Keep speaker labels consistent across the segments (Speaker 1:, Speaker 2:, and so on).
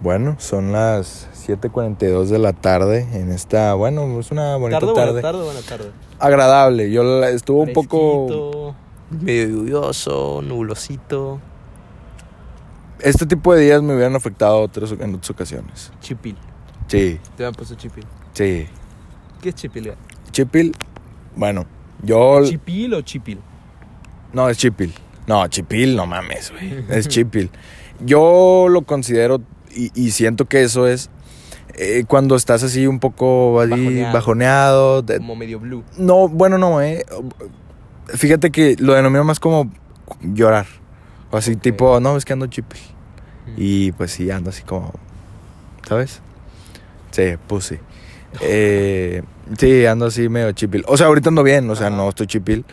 Speaker 1: Bueno, son las 7.42 de la tarde en esta, bueno, es una bonita
Speaker 2: Tarde,
Speaker 1: tarde.
Speaker 2: buena tarde, buena tarde.
Speaker 1: Agradable, yo la- estuvo un poco...
Speaker 2: Fresquito, Medio lluvioso, nublosito,
Speaker 1: Este tipo de días me hubieran afectado otras, en otras ocasiones.
Speaker 2: chipil.
Speaker 1: Sí,
Speaker 2: Te han puesto chipil.
Speaker 1: sí.
Speaker 2: ¿Qué es chipil?
Speaker 1: Chipil, bueno, yo...
Speaker 2: ¿Chipil o chipil?
Speaker 1: No, es chipil. No, chipil, no mames, güey. Es chipil. Yo lo considero y, y siento que eso es eh, cuando estás así un poco así
Speaker 2: Bajoneado.
Speaker 1: bajoneado. de-
Speaker 2: Como medio blue.
Speaker 1: no, bueno, no, eh. Fíjate que lo denomino más como llorar. O así
Speaker 2: Ok.
Speaker 1: tipo, no, es que ando chipil.
Speaker 2: Mm.
Speaker 1: Y pues sí, ando así como, ¿sabes? Sí, puse. Eh, sí, ando así medio chipil. O sea, ahorita ando bien, o sea,
Speaker 2: Ajá.
Speaker 1: no estoy chipil.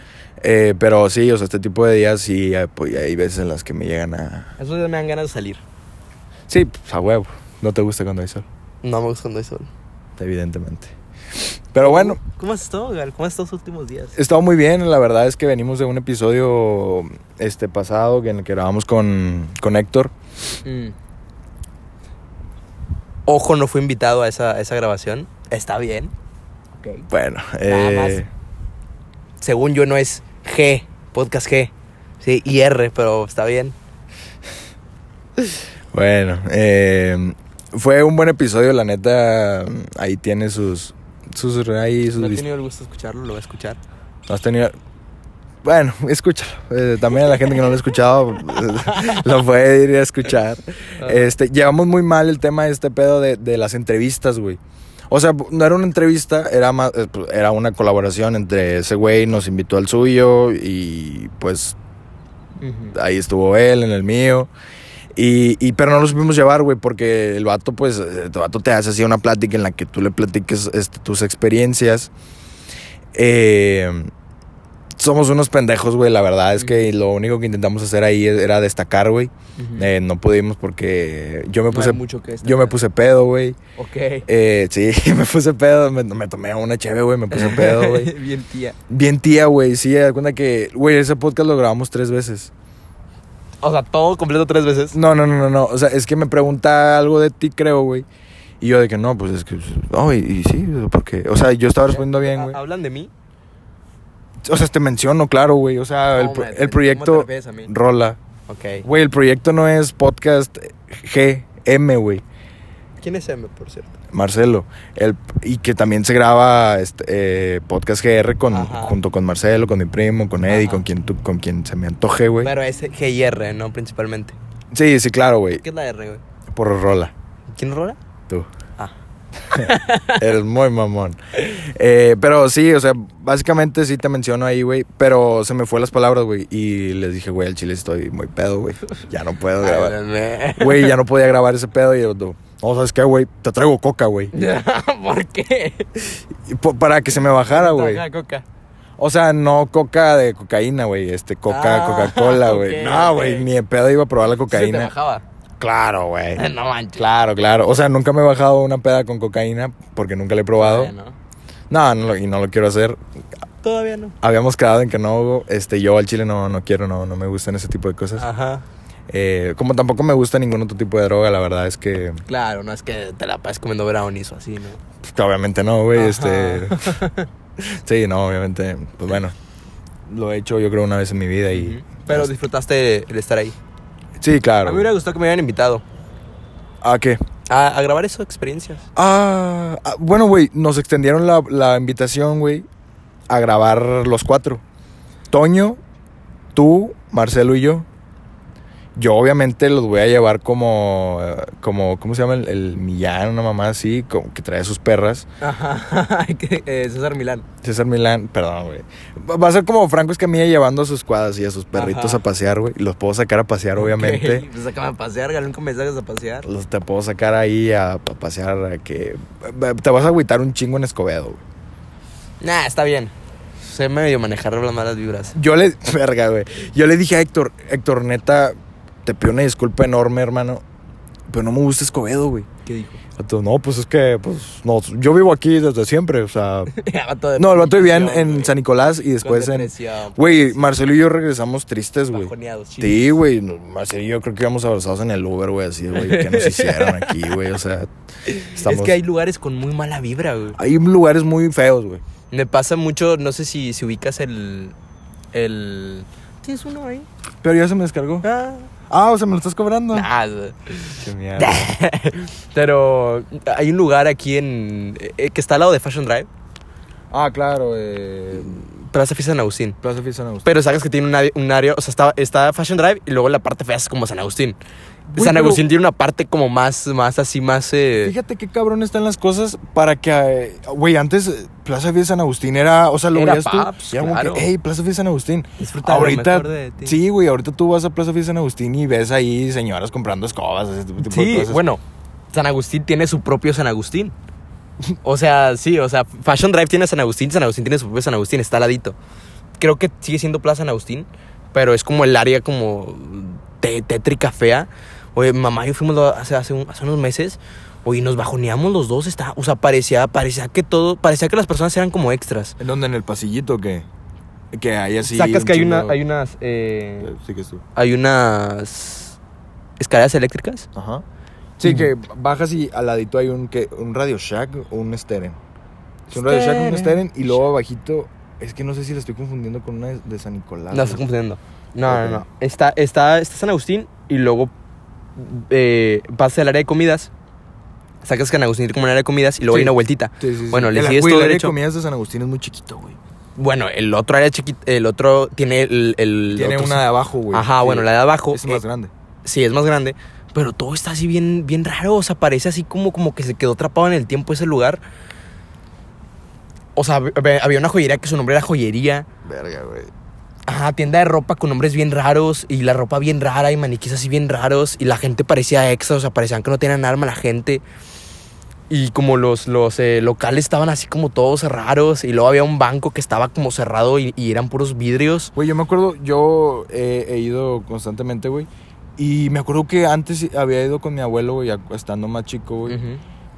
Speaker 1: Eh, pero sí, o sea, este tipo de días sí, eh, pues, hay veces en las que me llegan a...
Speaker 2: Mm. Esos días me dan ganas de salir.
Speaker 1: Sí, pues a huevo. No te gusta cuando hay sol,
Speaker 2: No me gusta cuando hay sol.
Speaker 1: evidentemente. Pero bueno,
Speaker 2: ¿Cómo has estado, Gal? ¿Cómo has estado los últimos días?
Speaker 1: He estado muy bien, la verdad es que venimos de un episodio este pasado que- en el que grabamos con, con Héctor.
Speaker 2: Mm. Ojo, no fui invitado a esa, a esa grabación. Está bien. Ok.
Speaker 1: Bueno,
Speaker 2: Nada
Speaker 1: eh,
Speaker 2: Según yo no es G, podcast G. Sí, y R, pero está bien.
Speaker 1: bueno, eh, fue un buen episodio, la neta, ahí tiene sus... sus, ahí sus
Speaker 2: No he
Speaker 1: vis-
Speaker 2: tenido el gusto de escucharlo, lo voy a escuchar.
Speaker 1: no has tenido- Bueno, escúchalo. Eh, también a la gente que no lo ha escuchado, lo puede ir a escuchar.
Speaker 2: Eh,
Speaker 1: Este, llevamos muy mal el tema de este pedo de, de las entrevistas, güey. O sea, no era una entrevista, era más, eh, pues, era una colaboración entre ese güey, nos invitó al suyo y pues
Speaker 2: Ujú.
Speaker 1: ahí estuvo él en el mío. Y, y- pero no lo supimos llevar, güey, porque el vato, pues, el vato te hace así una plática en la que tú le platiques este, tus experiencias. Eh, somos unos pendejos, güey, la verdad es que lo único que intentamos hacer ahí e, era destacar, güey.
Speaker 2: Ujú.
Speaker 1: Eh, no pudimos porque yo me
Speaker 2: No
Speaker 1: puse,
Speaker 2: hay mucho que
Speaker 1: yo me
Speaker 2: destacar.
Speaker 1: puse pedo, güey.
Speaker 2: Ok.
Speaker 1: Eh, sí, me puse pedo, me, me tomé una cheve, güey, me puse pedo, güey.
Speaker 2: Bien, tía.
Speaker 1: Bien tía, güey, sí, da cuenta que, güey, ese podcast lo grabamos tres veces.
Speaker 2: O sea, todo completo tres veces.
Speaker 1: No, no, no, no, no, o sea, es que me pregunta algo de ti, creo, güey. Y yo de que no, pues es que, no, y, y sí, porque, o sea, yo estaba respondiendo bien, güey.
Speaker 2: Ah, ¿Hablan de mí?
Speaker 1: O sea, te menciono, claro, güey, o sea, Ah, el,
Speaker 2: No,
Speaker 1: pro-
Speaker 2: man,
Speaker 1: el
Speaker 2: ¿Cómo
Speaker 1: proyecto
Speaker 2: te refieres a mí?
Speaker 1: rola.
Speaker 2: Ok.
Speaker 1: Güey, el proyecto no es podcast GM, güey.
Speaker 2: ¿Quién es M, por cierto?
Speaker 1: Marcelo. El, y que también se graba este, eh, podcast GR con,
Speaker 2: Ajá.
Speaker 1: junto con Marcelo, con mi primo, con Eddie,
Speaker 2: Ajá.
Speaker 1: con quien, tú- con quien se me antoje, güey.
Speaker 2: Pero es G y R, ¿no? Principalmente.
Speaker 1: Sí, sí, claro, güey.
Speaker 2: ¿Qué es la R, güey?
Speaker 1: Por rola,
Speaker 2: ¿Quién rola?
Speaker 1: tú.
Speaker 2: Ah.
Speaker 1: Eres muy mamón. Eh, pero sí, o sea, básicamente sí te menciono ahí, güey. Pero se me fue las palabras, güey. Y les dije, güey, al chile estoy muy pedo, güey. Ya no puedo grabar.
Speaker 2: Háblame.
Speaker 1: Güey, ya no podía grabar ese pedo. Y yo, no, ¿sabes qué, güey? Te traigo coca, güey.
Speaker 2: ¿Por qué?
Speaker 1: Y po- Para que se me bajara, güey.
Speaker 2: Ajá, coca.
Speaker 1: O sea, no coca de cocaína, güey. Este, coca,
Speaker 2: Ah,
Speaker 1: Coca-Cola, güey.
Speaker 2: ok,
Speaker 1: no,
Speaker 2: ok.
Speaker 1: güey, ni de pedo iba a probar la
Speaker 2: ¿Se te
Speaker 1: cocaína.
Speaker 2: bajaba?
Speaker 1: claro, güey.
Speaker 2: No manches.
Speaker 1: Claro, claro. O sea, nunca me he bajado una peda con cocaína porque nunca la he probado.
Speaker 2: Todavía no.
Speaker 1: No, no lo- y no lo quiero hacer.
Speaker 2: Todavía no.
Speaker 1: Habíamos quedado en que no, Hugo. este, yo al chile no, no quiero, no, no me gustan ese tipo de cosas.
Speaker 2: Ajá.
Speaker 1: Eh, como tampoco me gusta ningún otro tipo de droga, la verdad es que,
Speaker 2: Claro, no es que te la pases comiendo brownies o así, ¿no?
Speaker 1: pues, obviamente no, güey.
Speaker 2: Ajá.
Speaker 1: Este, sí, no, obviamente, pues bueno, lo he hecho yo creo una vez en mi vida y.
Speaker 2: Ujú. Pero disfrutaste el estar ahí.
Speaker 1: Sí, claro.
Speaker 2: A mí me hubiera gustado que me hubieran invitado
Speaker 1: ¿A qué?
Speaker 2: a, a grabar esas experiencias.
Speaker 1: Ah, ah, bueno, güey, nos extendieron la, la invitación, güey, a grabar los cuatro. Toño, tú, Marcelo y yo. Yo obviamente los voy a llevar como, eh, como ¿cómo se llama? El, el Millán, una mamá así, como que trae sus perras.
Speaker 2: Ajá. que, eh, César Milán.
Speaker 1: César Milán, perdón, güey. Va- Va a ser como Franco Escamilla llevando a sus cuadras y a sus perritos
Speaker 2: Ajá.
Speaker 1: a pasear, güey. Los puedo sacar a pasear, obviamente.
Speaker 2: Ok, Pues sácame a pasear, Gal, nunca me sacas a pasear.
Speaker 1: Los te puedo sacar ahí a, a pasear, a que... eh, Te vas a agüitar un chingo en Escobedo, güey.
Speaker 2: Nah, está bien. Sé medio manejar las malas vibras.
Speaker 1: Yo le, verga, güey. Yo le dije a Héctor, Héctor, neta, te pido una disculpa enorme, hermano. pero no me gusta Escobedo, güey.
Speaker 2: ¿Qué dijo?
Speaker 1: Vato, No, pues es que, pues, no, yo vivo aquí desde siempre, o sea.
Speaker 2: Vato de
Speaker 1: No, el vato vivía en,
Speaker 2: depresión,
Speaker 1: en
Speaker 2: güey.
Speaker 1: San Nicolás y después
Speaker 2: Con
Speaker 1: en.
Speaker 2: depresión,
Speaker 1: Güey,
Speaker 2: pobrecito,
Speaker 1: Marcelo y yo regresamos tristes, güey.
Speaker 2: bajoneados, chile.
Speaker 1: Sí, güey. no, Marcelo y yo creo que íbamos abrazados en el Uber, güey, así, güey. ¿Qué nos hicieron aquí, güey? O sea, estamos.
Speaker 2: Es que hay lugares con muy mala vibra, güey.
Speaker 1: hay lugares muy feos, güey.
Speaker 2: Me pasa mucho, no sé si, si ubicas el. El. ¿Tienes uno ahí?
Speaker 1: Pero ya se me descargó.
Speaker 2: Ah.
Speaker 1: Ah, o sea, me lo estás cobrando.
Speaker 2: Nah, güey.
Speaker 1: Qué mierda.
Speaker 2: Pero hay un lugar aquí en. eh, que está al lado de Fashion Drive,
Speaker 1: Ah, claro, eh.
Speaker 2: Plaza Fiesta San Agustín.
Speaker 1: Plaza Fiesta San Agustín.
Speaker 2: Pero sabes que tiene un, área- un área, o sea, está, está Fashion Drive y luego la parte fea es como San Agustín.
Speaker 1: Güey,
Speaker 2: San
Speaker 1: pero-
Speaker 2: Agustín tiene una parte como más, más así, más... eh,
Speaker 1: Fíjate qué cabrón están las cosas para que, eh, güey, antes eh, Plaza Fiesta San Agustín era, o sea, lo
Speaker 2: Era
Speaker 1: veías tú.
Speaker 2: pubs,
Speaker 1: y era como
Speaker 2: claro.
Speaker 1: que, hey, Plaza Fiesta San Agustín.
Speaker 2: Disfruta
Speaker 1: Ahorita,
Speaker 2: lo mejor de ti.
Speaker 1: sí, güey, ahorita tú vas a Plaza Fiesta San Agustín y ves ahí señoras comprando escobas, ese tipo de
Speaker 2: Sí,
Speaker 1: cosas.
Speaker 2: bueno, San Agustín tiene su propio San Agustín. O sea, sí, o sea, Fashion Drive tiene San Agustín, San Agustín tiene su propio San Agustín, está al ladito. Creo que sigue siendo Plaza San Agustín, pero es como el área como té- tétrica, fea. Oye, mamá y yo fuimos lo- hace, hace, un- hace unos meses, oye, nos bajoneamos los dos, está, o sea, parecía, parecía que todo, parecía que las personas eran como extras.
Speaker 1: ¿En dónde? ¿En el pasillito que Que hay así.
Speaker 2: Sacas
Speaker 1: un
Speaker 2: que hay,
Speaker 1: chingo-
Speaker 2: una, hay unas, eh,
Speaker 1: Sí, que es tú.
Speaker 2: hay unas escaleras eléctricas.
Speaker 1: Ajá. Sí, que bajas y al ladito hay un, que, un Radio Shack o un Steren. Es un Radio Shack, un
Speaker 2: Steren.
Speaker 1: Steren y luego abajito. Es que no sé si la estoy confundiendo con una de- de San Nicolás.
Speaker 2: No, estoy confundiendo. No,
Speaker 1: Ah, Ok.
Speaker 2: no, no. Está, está, está San Agustín y luego eh, vas al área de comidas. Sacas San Agustín como un área de comidas y luego
Speaker 1: Sí.
Speaker 2: hay una vueltita.
Speaker 1: Sí, sí, sí.
Speaker 2: Bueno, le
Speaker 1: El-
Speaker 2: sigues
Speaker 1: güey,
Speaker 2: todo
Speaker 1: el área de
Speaker 2: derecho.
Speaker 1: comidas de San Agustín es muy chiquito, güey.
Speaker 2: Bueno, el otro área chiquita, el otro tiene el. el
Speaker 1: Tiene
Speaker 2: otro-
Speaker 1: una de abajo, güey.
Speaker 2: Ajá,
Speaker 1: Sí.
Speaker 2: bueno, la de abajo.
Speaker 1: Es más
Speaker 2: eh,
Speaker 1: grande.
Speaker 2: sí, es más grande. Pero todo está así bien, bien raro. O sea, parece así como, como que se quedó atrapado en el tiempo ese lugar. O sea, hab- había una joyería que su nombre era joyería.
Speaker 1: Verga, güey.
Speaker 2: Ajá, tienda de ropa con nombres bien raros y la ropa bien rara y maniquís así bien raros y la gente parecía extra, o sea, parecían que no tenían arma la gente. Y como los, los eh, locales estaban así como todos raros y luego había un banco que estaba como cerrado y, y eran puros vidrios.
Speaker 1: Güey, yo me acuerdo, yo eh, he ido constantemente, güey. Y me acuerdo que antes había ido con mi abuelo, güey, ya estando más chico, güey.
Speaker 2: Ujú.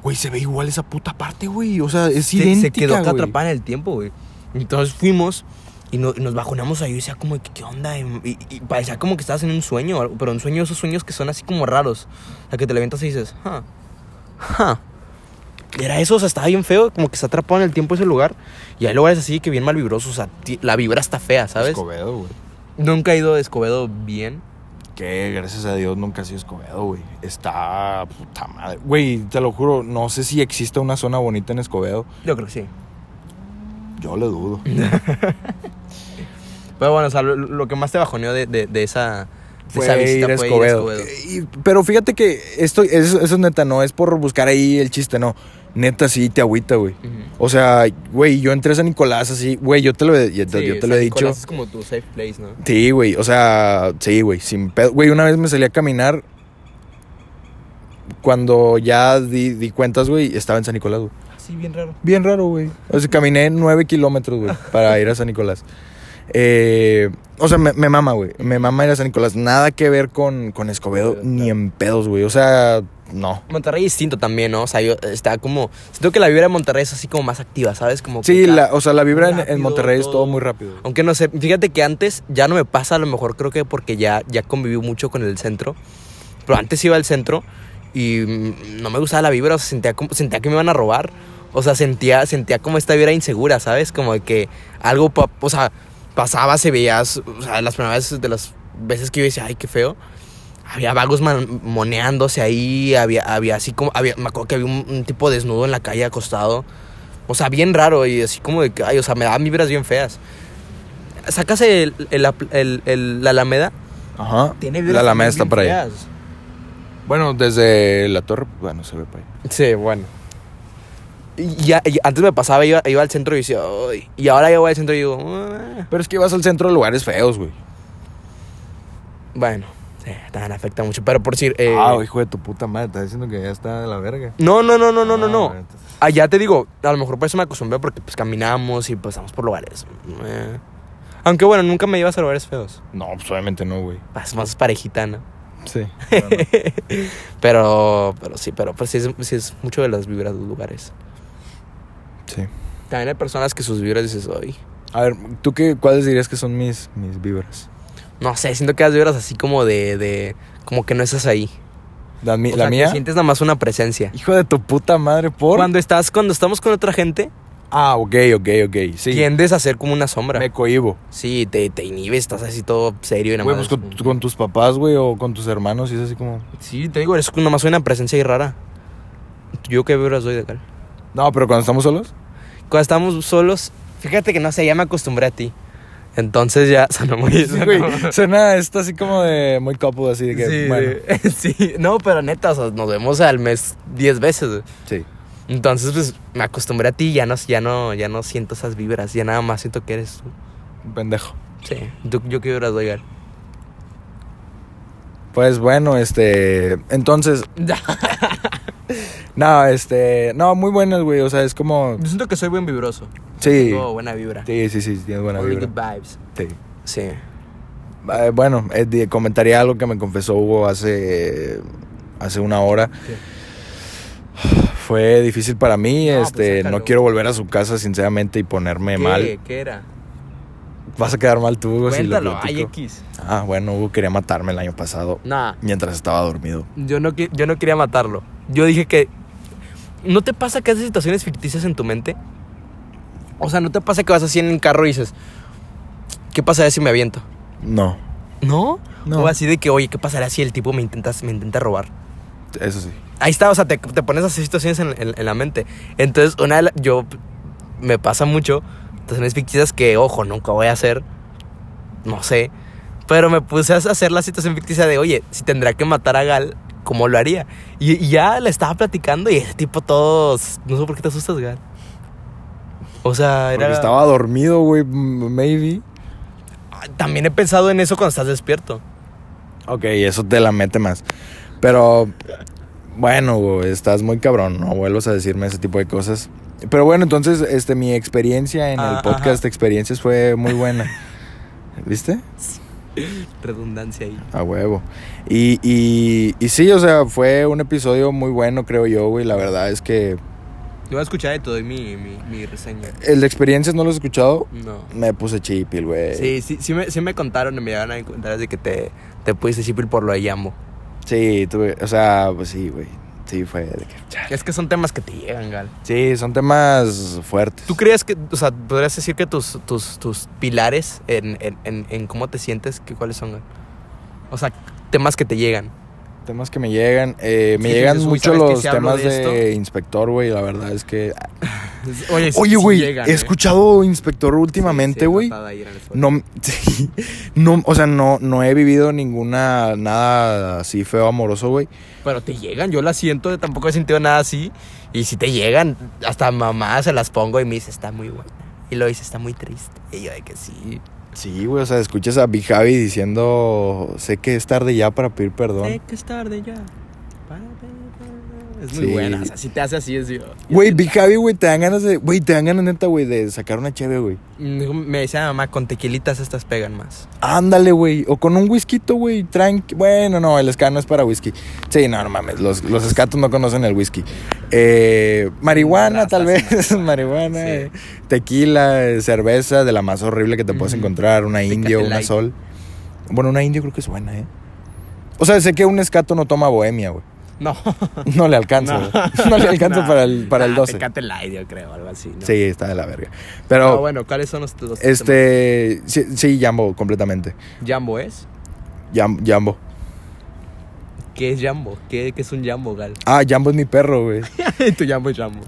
Speaker 1: Güey, se ve igual esa puta parte, güey. O sea, es
Speaker 2: se,
Speaker 1: idéntica,
Speaker 2: se quedó acá
Speaker 1: güey.
Speaker 2: atrapada en el tiempo, güey. Entonces fuimos y, no- y nos bajonamos ahí y decía como, ¿qué, qué onda? Y, y- y parecía como que estabas en un sueño, o algo, pero un sueño, esos sueños que son así como raros. O sea, que te levantas y dices, ah, ah. Era eso, o sea, estaba bien feo, como que se atrapado en el tiempo ese lugar. Y hay lugares así que bien mal vibrosos, o sea, ti- la vibra está fea, ¿sabes?
Speaker 1: Escobedo, güey.
Speaker 2: Nunca he ido a Escobedo bien.
Speaker 1: Que gracias a Dios nunca ha sido Escobedo, güey. Está puta madre. Güey, te lo juro, no sé si exista una zona bonita en Escobedo.
Speaker 2: Yo creo que sí.
Speaker 1: Yo lo dudo.
Speaker 2: Pero bueno, o sea, lo, lo que más te bajoneó de, de- de esa, de
Speaker 1: fue
Speaker 2: esa
Speaker 1: ir
Speaker 2: visita
Speaker 1: a
Speaker 2: fue ir a
Speaker 1: Escobedo.
Speaker 2: Escobedo.
Speaker 1: Y- pero fíjate que esto, eso, eso es neta, no es por buscar ahí el chiste, no. Neta, sí te agüita, güey.
Speaker 2: Ujú.
Speaker 1: O sea, güey, yo entré a San Nicolás así, güey, yo te lo, he- yo te-
Speaker 2: Sí,
Speaker 1: yo te
Speaker 2: San
Speaker 1: lo he dicho.
Speaker 2: Nicolás Es como tu safe place, ¿no?
Speaker 1: Sí, güey, o sea, sí, güey, sin pedo. Güey, una vez me salí a caminar cuando ya di, di cuentas, güey, estaba en San Nicolás, güey.
Speaker 2: Sí, bien raro.
Speaker 1: Bien raro, güey. O sea, caminé nueve kilómetros, güey, para ir a San Nicolás. Eh, o sea, me, me mama, güey. Me mama ir a San Nicolás. Nada que ver con, con Escobedo,
Speaker 2: Escobedo,
Speaker 1: ni
Speaker 2: claro.
Speaker 1: en pedos, güey. O sea, no.
Speaker 2: Monterrey es distinto también, ¿no? O sea, yo, está como. Siento que la vibra de Monterrey es así como más activa, ¿sabes? Como que
Speaker 1: Sí,
Speaker 2: cada-
Speaker 1: la, o sea, la vibra en, en
Speaker 2: Rápido,
Speaker 1: Monterrey es todo
Speaker 2: todo.
Speaker 1: muy rápido.
Speaker 2: Aunque no sé, fíjate que antes ya no me pasa, a lo mejor creo que porque ya, ya conviví mucho con el centro. Pero antes iba al centro y mm, no me gustaba la vibra, o sea, sentía, como- sentía que me iban a robar. O sea, sentía, sentía como esta vibra insegura, ¿sabes? Como de que algo, pa- o sea, pasaba, se veías, o sea, las primeras veces- de las veces que yo decía, ay, qué feo. Había vagos man- moneándose ahí, había, había así como, había, me acuerdo que había un, un tipo desnudo en la calle acostado. O sea, bien raro y así como de que, ay, o sea, me daban vibras bien feas. Sacas el, el, apl- el- el- la Alameda.
Speaker 1: Ajá. La Alameda está para allá. Bueno, desde la torre, bueno, se ve para allá.
Speaker 2: Sí, bueno. Y, ya- y antes me pasaba, iba, iba al centro y decía, "Ay", y ahora yo voy al centro y digo, "Ah".
Speaker 1: Pero es que vas al centro de lugares feos, güey.
Speaker 2: bueno, sí, también afecta mucho. Pero por decir, eh,
Speaker 1: Ah, hijo de tu puta madre, estás diciendo que ya está de la verga.
Speaker 2: no, no, no, no, no, no,
Speaker 1: Ah,
Speaker 2: no.
Speaker 1: entonces-
Speaker 2: Allá te digo, a lo mejor por eso me acostumbré porque pues caminamos y pasamos por lugares. eh. Aunque bueno, nunca me llevas a lugares feos.
Speaker 1: No, pues obviamente no, güey.
Speaker 2: Más, más parejita, ¿no?
Speaker 1: Sí. pero no.
Speaker 2: Pero, pero sí, pero pues sí es, sí es mucho de las vibras de los lugares.
Speaker 1: Sí.
Speaker 2: También hay personas que sus vibras dices, hoy
Speaker 1: A ver, ¿tú qué, cuáles dirías que son mis, mis vibras?
Speaker 2: no sé, siento que las vibras así como de, de como que no estás ahí.
Speaker 1: ¿La, mi-
Speaker 2: O
Speaker 1: la
Speaker 2: sea, que
Speaker 1: mía?
Speaker 2: sientes nada más una presencia.
Speaker 1: Hijo de tu puta madre, por.
Speaker 2: Cuando estás, cuando estamos con otra gente,
Speaker 1: Ah, ok, ok, ok. Sí.
Speaker 2: tiendes a ser como una sombra.
Speaker 1: Me cohibo.
Speaker 2: Sí, te, te inhibes, estás así todo serio y nada
Speaker 1: Güey,
Speaker 2: más.
Speaker 1: pues con, con tus papás, güey, o con tus hermanos, y es así como.
Speaker 2: Sí, te digo, eres nada más una presencia ahí rara. Yo qué vibras doy de cal.
Speaker 1: No, pero cuando estamos solos.
Speaker 2: Cuando estamos solos, fíjate que no sé, ya me acostumbré a ti. Entonces ya sonó muy.
Speaker 1: Sí, güey. Suena esto así como de muy couple, así de que.
Speaker 2: Sí,
Speaker 1: bueno,
Speaker 2: de- sí. no, pero neta, o sea, nos vemos al mes 10 veces. güey.
Speaker 1: sí.
Speaker 2: Entonces, pues me acostumbré a ti y ya no, ya, no, ya no siento esas vibras. Ya nada más siento que eres tú.
Speaker 1: Un pendejo.
Speaker 2: Sí, tú- yo qué vibras doy, Gal.
Speaker 1: Pues bueno, este. Entonces. No, este. No, muy buenas, güey. O sea, es como.
Speaker 2: Yo siento que soy buen vibroso.
Speaker 1: Sí.
Speaker 2: Tengo buena vibra.
Speaker 1: Sí, sí, sí, tienes buena
Speaker 2: Only
Speaker 1: vibra.
Speaker 2: good vibes.
Speaker 1: Sí.
Speaker 2: Sí.
Speaker 1: Eh, bueno, eh, di- comentaría algo que me confesó Hugo hace, hace una hora.
Speaker 2: ¿Qué?
Speaker 1: Fue difícil para mí,
Speaker 2: No, pues,
Speaker 1: este, no
Speaker 2: sácalo.
Speaker 1: quiero volver a su casa sinceramente y ponerme mal.
Speaker 2: ¿Qué era?
Speaker 1: Vas a quedar mal tú, Hugo, si lo
Speaker 2: Cuéntalo,
Speaker 1: platico.
Speaker 2: hay X.
Speaker 1: Ah, bueno, Hugo quería matarme el año pasado
Speaker 2: Nah,
Speaker 1: mientras estaba dormido.
Speaker 2: yo no, qui- yo no quería matarlo. Yo dije que. ¿No te pasa que haces situaciones ficticias en tu mente? O sea, ¿no te pasa que vas así en el carro y dices, ¿qué pasaría si me aviento?
Speaker 1: No,
Speaker 2: ¿No?
Speaker 1: No.
Speaker 2: O así de que, oye, ¿qué pasará si el tipo me intenta, me intenta robar?
Speaker 1: eso sí.
Speaker 2: Ahí está, o sea, te, te pones esas situaciones en, en- en la mente. Entonces, una de la- yo me pasa mucho, situaciones ficticias que, ojo, nunca voy a hacer, no sé, pero me puse a hacer la situación ficticia de, oye, si tendrá que matar a Gal, ¿cómo lo haría? Y, y ya le estaba platicando y ese tipo todos, no sé por qué te asustas, Gal. O sea,
Speaker 1: Porque
Speaker 2: era...
Speaker 1: estaba dormido, güey, m- maybe.
Speaker 2: También he pensado en eso cuando estás despierto.
Speaker 1: Ok, eso te la mete más. Pero bueno, güey, estás muy cabrón, no vuelvas a decirme ese tipo de cosas. Pero bueno, entonces este mi experiencia en
Speaker 2: Ah,
Speaker 1: el podcast de Experiencias fue muy buena. ¿Viste?
Speaker 2: Redundancia ahí.
Speaker 1: A huevo. Y, y, y sí, o sea, fue un episodio muy bueno, creo yo, güey. La verdad es que
Speaker 2: Yo voy a escuchar de todo y mi, mi, mi reseña.
Speaker 1: el de Experiencias no lo he escuchado.
Speaker 2: No.
Speaker 1: Me puse chipil, güey.
Speaker 2: Sí, sí, sí me, sí me contaron y me llegaron a contar de que te, te pusiste chipil por lo de Yambo.
Speaker 1: Sí, tuve, o sea, pues sí, güey. Sí, fue de que... chale.
Speaker 2: Es que son temas que te llegan, Gal.
Speaker 1: Sí, son temas fuertes.
Speaker 2: ¿Tú crees que, o sea, podrías decir que tus, tus, tus pilares en, en, en, en cómo te sientes, que, cuáles son, Gal? O sea, temas que te llegan.
Speaker 1: Temas que me llegan. eh, me
Speaker 2: Sí,
Speaker 1: llegan
Speaker 2: dices, "Uy,
Speaker 1: mucho
Speaker 2: ¿sabes qué?
Speaker 1: los
Speaker 2: Si hablo
Speaker 1: temas
Speaker 2: de
Speaker 1: de,
Speaker 2: esto".
Speaker 1: Inspector, güey. La verdad es que.
Speaker 2: Oye,
Speaker 1: Oye, güey,
Speaker 2: ¿eh?
Speaker 1: he escuchado Inspector últimamente, güey.
Speaker 2: pues.
Speaker 1: no, sí, no, o sea, no, no he vivido ninguna. Nada así feo, amoroso, güey.
Speaker 2: Pero te llegan, yo las siento, tampoco he sentido nada así. Y si te llegan, hasta mamá se las pongo y me dice, está muy buena. Y lo dice, está muy triste. Y yo de que sí.
Speaker 1: Sí, güey, o sea, escuchas a Big Javi diciendo. Sé que es tarde ya para pedir perdón.
Speaker 2: que es tarde ya. Pa, pa, pa. Es muy
Speaker 1: Sí.
Speaker 2: buena. O sea, si te hace así, es yo.
Speaker 1: Güey, Big Javi, güey, te dan ganas de. Güey, te dan ganas, neta, güey, de sacar una chévere, güey.
Speaker 2: Me decía mamá, con tequilitas estas pegan más.
Speaker 1: Ándale, güey. O con un whisky, güey. Tranqui. Bueno, no, el escato no es para whisky. Sí, no, no mames. Los, los escatos no conocen el whisky. Eh, marihuana,
Speaker 2: Raza,
Speaker 1: tal
Speaker 2: sí,
Speaker 1: vez. marihuana.
Speaker 2: sí.
Speaker 1: eh, Tequila, eh, cerveza, de la más horrible que te puedas
Speaker 2: Ujú.
Speaker 1: encontrar. Una
Speaker 2: Tecate
Speaker 1: indio, una
Speaker 2: Light.
Speaker 1: sol. Bueno, una indio creo que es buena, ¿eh? O sea, sé que un escato no toma bohemia, güey.
Speaker 2: No.
Speaker 1: No le alcanza,
Speaker 2: No.
Speaker 1: güey. No, le alcanza
Speaker 2: No.
Speaker 1: para el, para el
Speaker 2: Ah,
Speaker 1: 12.
Speaker 2: Tecate Light, yo creo, algo así. ¿no?
Speaker 1: Sí, está de la verga.
Speaker 2: Pero
Speaker 1: Pero,
Speaker 2: bueno, ¿cuáles son los dos?
Speaker 1: este. Sí, sí, Jambo, completamente.
Speaker 2: temas? Jambo es.
Speaker 1: Jam- Jambo.
Speaker 2: ¿Qué es Jambo? ¿Qué, qué es un Jambo, Gal?
Speaker 1: Ah, Jambo es mi perro, güey.
Speaker 2: tu Jambo es Jambo.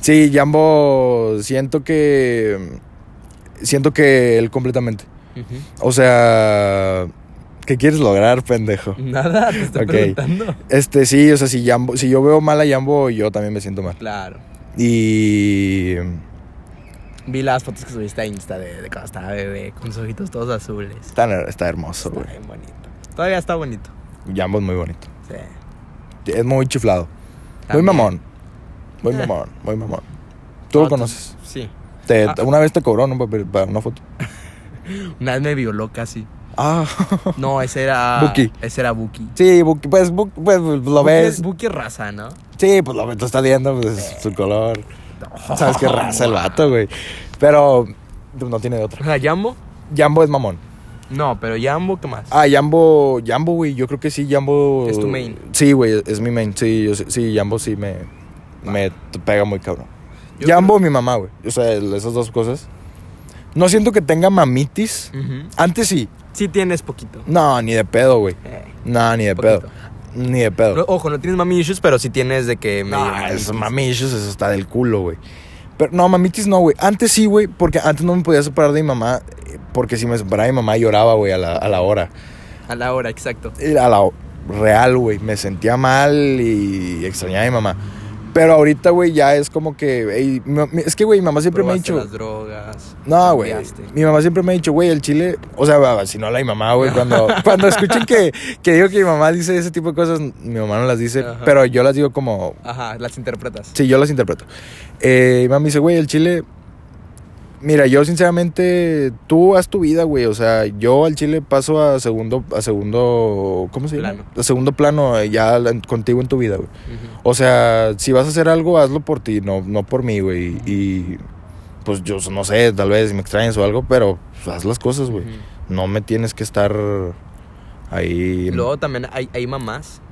Speaker 1: Sí, Jambo, siento que. Siento que él completamente. O sea. ¿Qué quieres lograr, pendejo?
Speaker 2: Nada, te estoy
Speaker 1: Ok.
Speaker 2: preguntando.
Speaker 1: Este, sí, o sea, si Jambo, si yo veo mal a Jambo, yo también me siento mal.
Speaker 2: Claro.
Speaker 1: Y.
Speaker 2: Vi las fotos que subiste a Insta de, de cuando estaba bebé, con sus ojitos todos azules.
Speaker 1: Está, está hermoso,
Speaker 2: Está
Speaker 1: güey.
Speaker 2: bien bonito. Todavía está bonito.
Speaker 1: Jambo es muy bonito.
Speaker 2: Sí.
Speaker 1: Es muy chiflado. Muy
Speaker 2: También.
Speaker 1: mamón. Muy
Speaker 2: Eh.
Speaker 1: mamón, muy mamón. Tú
Speaker 2: Ah,
Speaker 1: lo conoces.
Speaker 2: Sí.
Speaker 1: Te-
Speaker 2: Ah.
Speaker 1: Una vez te cobró ¿no? para para una foto.
Speaker 2: Una vez me violó casi.
Speaker 1: Ah.
Speaker 2: No, ese era.
Speaker 1: Buki.
Speaker 2: Ese era Buki.
Speaker 1: Sí, Buki, pues, Buki, pues, lo
Speaker 2: Buki
Speaker 1: ves.
Speaker 2: es- Buki es raza, ¿no?
Speaker 1: Sí, pues lo, lo está viendo, pues es su color. Sabes qué raza el vato, güey. Pero pues, no tiene de otra.
Speaker 2: O sea, Jambo.
Speaker 1: Jambo es mamón.
Speaker 2: No, pero Jambo, ¿qué más?
Speaker 1: Ah, Jambo, Jambo, güey, yo creo que sí, Jambo.
Speaker 2: Es tu main.
Speaker 1: Sí, güey, es mi main. Sí, yo, sí- sí, Jambo sí me, me t- pega muy cabrón.
Speaker 2: Yo
Speaker 1: Jambo, mi mamá, güey. O sea, el- esas dos cosas. No siento que tenga mamitis.
Speaker 2: Ujú.
Speaker 1: Antes sí.
Speaker 2: Sí tienes poquito.
Speaker 1: No, ni de pedo, güey.
Speaker 2: Eh,
Speaker 1: No, ni de
Speaker 2: Poquito.
Speaker 1: pedo. Ni de pedo.
Speaker 2: no, ojo, no tienes mami issues, pero sí tienes de que. medio-
Speaker 1: No, esos mamichos, Ah, eso está del culo, güey. Pero no, mamitis no, güey. Antes sí, güey, porque antes no me podía separar de mi mamá, eh, porque si me separaba de mi mamá lloraba, güey, a la, a la hora.
Speaker 2: A la hora, exacto.
Speaker 1: Eh, A la ho- real, güey. Me sentía mal y extrañaba a mi mamá. Pero ahorita, güey, ya es como que... ey, mi ma- mi- es que, güey, mi mamá siempre me ha
Speaker 2: Probaste
Speaker 1: dicho...
Speaker 2: las drogas.
Speaker 1: No, güey.
Speaker 2: cambiaste.
Speaker 1: Mi mamá siempre me ha dicho, güey, el chile. O sea, va, si no la mi mamá, güey. Cuando, cuando escuchen que, que digo que mi mamá dice ese tipo de cosas, mi mamá no las dice,
Speaker 2: Ajá.
Speaker 1: pero yo las digo como
Speaker 2: Ajá, las interpretas.
Speaker 1: Sí, yo las interpreto. Eh, y mami dice, güey, el chile. Mira, yo sinceramente, tú haz tu vida, güey. O sea, yo al chile paso a segundo, a segundo, ¿cómo se llama?
Speaker 2: Plano.
Speaker 1: A segundo plano, eh, ya la- contigo en tu vida, güey.
Speaker 2: Ujú.
Speaker 1: O sea, si vas a hacer algo, hazlo por ti, no, no por mí, güey. Y pues yo no sé, tal vez me extrañas o algo, pero pues, haz las cosas, güey.
Speaker 2: Ujú.
Speaker 1: No me tienes que estar ahí.
Speaker 2: Luego también hay, hay mamás.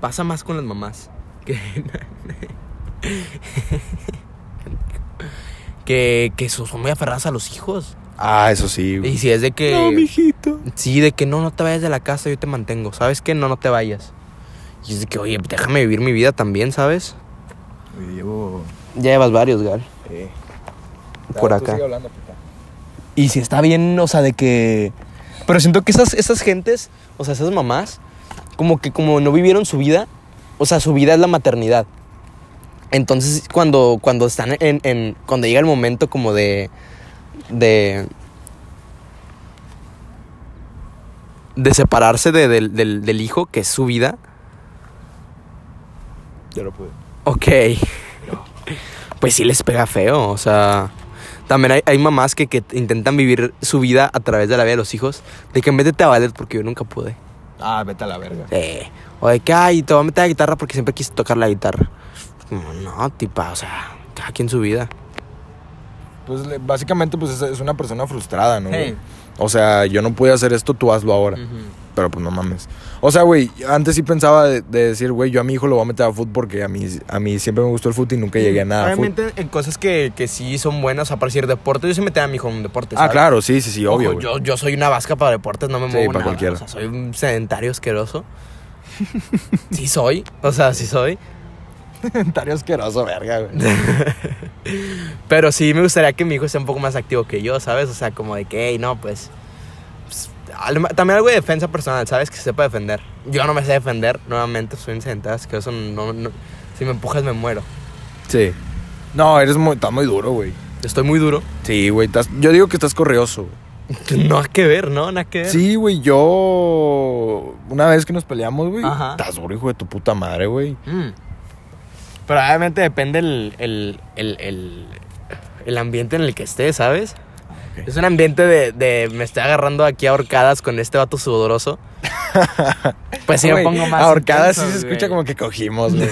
Speaker 2: Pasa más con las mamás. Que. que, que so- son muy aferradas a los hijos.
Speaker 1: Ah, eso sí, güey.
Speaker 2: Y si es de que.
Speaker 1: No, mijito.
Speaker 2: Sí, de que no, no te vayas de la casa, yo te mantengo. ¿Sabes qué? No, no te vayas. Y es de que, oye, déjame vivir mi vida también, ¿sabes?
Speaker 1: Llevo.
Speaker 2: Ya llevas varios, Gal. Por acá. Y si está bien, o sea, de que... Pero siento que esas, esas gentes, o sea, esas mamás, como que como no vivieron su vida, o sea, su vida es la maternidad. Entonces, cuando, cuando están en, en- Cuando llega el momento como de... De... De separarse de- del- del- del hijo, que es su vida,
Speaker 1: Ya lo pude.
Speaker 2: Ok. Pues sí les pega feo, o sea... También hay, hay mamás que, que intentan vivir su vida a través de la vida de los hijos. De que métete a ballet porque yo nunca pude.
Speaker 1: Ah, vete a la verga.
Speaker 2: Eh, o de que, ay, te voy a meter a guitarra porque siempre quise tocar la guitarra. Como, No, tipa, o sea, cada quien su vida.
Speaker 1: Pues le- básicamente pues es, es una persona frustrada, ¿no? güey?
Speaker 2: Hey.
Speaker 1: O sea, yo no pude hacer esto, tú hazlo ahora.
Speaker 2: Mm.
Speaker 1: Pero pues no mames. O sea, güey, antes sí pensaba de, de decir, güey, yo a mi hijo lo voy a meter a fútbol porque a mí, a mí siempre me gustó el fútbol y nunca llegué a nada. a fut.
Speaker 2: Obviamente en cosas que, que sí son buenas, o sea, para decir deporte, yo sí metía a mi hijo en deporte.
Speaker 1: Ah,
Speaker 2: ¿sabes?
Speaker 1: claro, sí, sí, sí,
Speaker 2: Ojo,
Speaker 1: obvio. güey.
Speaker 2: yo, yo soy una vasca para deportes, no me
Speaker 1: Sí,
Speaker 2: muevo
Speaker 1: para
Speaker 2: nada.
Speaker 1: cualquiera.
Speaker 2: O sea, soy un sedentario asqueroso. sí soy, o sea, sí soy.
Speaker 1: Comentario asqueroso, verga, güey.
Speaker 2: Pero sí me gustaría que mi hijo sea un poco más activo que yo, ¿sabes? O sea, como de que, hey, no, pues... pues, al- También algo de defensa personal, ¿sabes? Que se sepa defender. Yo no me sé defender, nuevamente soy un sedentario asqueroso. No, no- si me empujas me muero.
Speaker 1: Sí. No, eres muy, estás muy duro, güey.
Speaker 2: Estoy muy duro.
Speaker 1: Sí, güey, estás- yo digo que estás correoso. güey.
Speaker 2: No hay que ver, ¿no? Nada que ver.
Speaker 1: Sí, güey, yo una vez que nos peleamos, güey,
Speaker 2: Ajá.
Speaker 1: estás duro, hijo de tu puta madre, güey.
Speaker 2: Mm. Pero obviamente depende el, el, el, el, el ambiente en el que estés, ¿sabes?
Speaker 1: ok.
Speaker 2: Es un ambiente de, de me estoy agarrando aquí a ahorcadas con este vato sudoroso. Pues sí me
Speaker 1: Güey,
Speaker 2: pongo más.
Speaker 1: Ahorcada
Speaker 2: intenso,
Speaker 1: sí se
Speaker 2: güey.
Speaker 1: escucha como que cogimos, güey.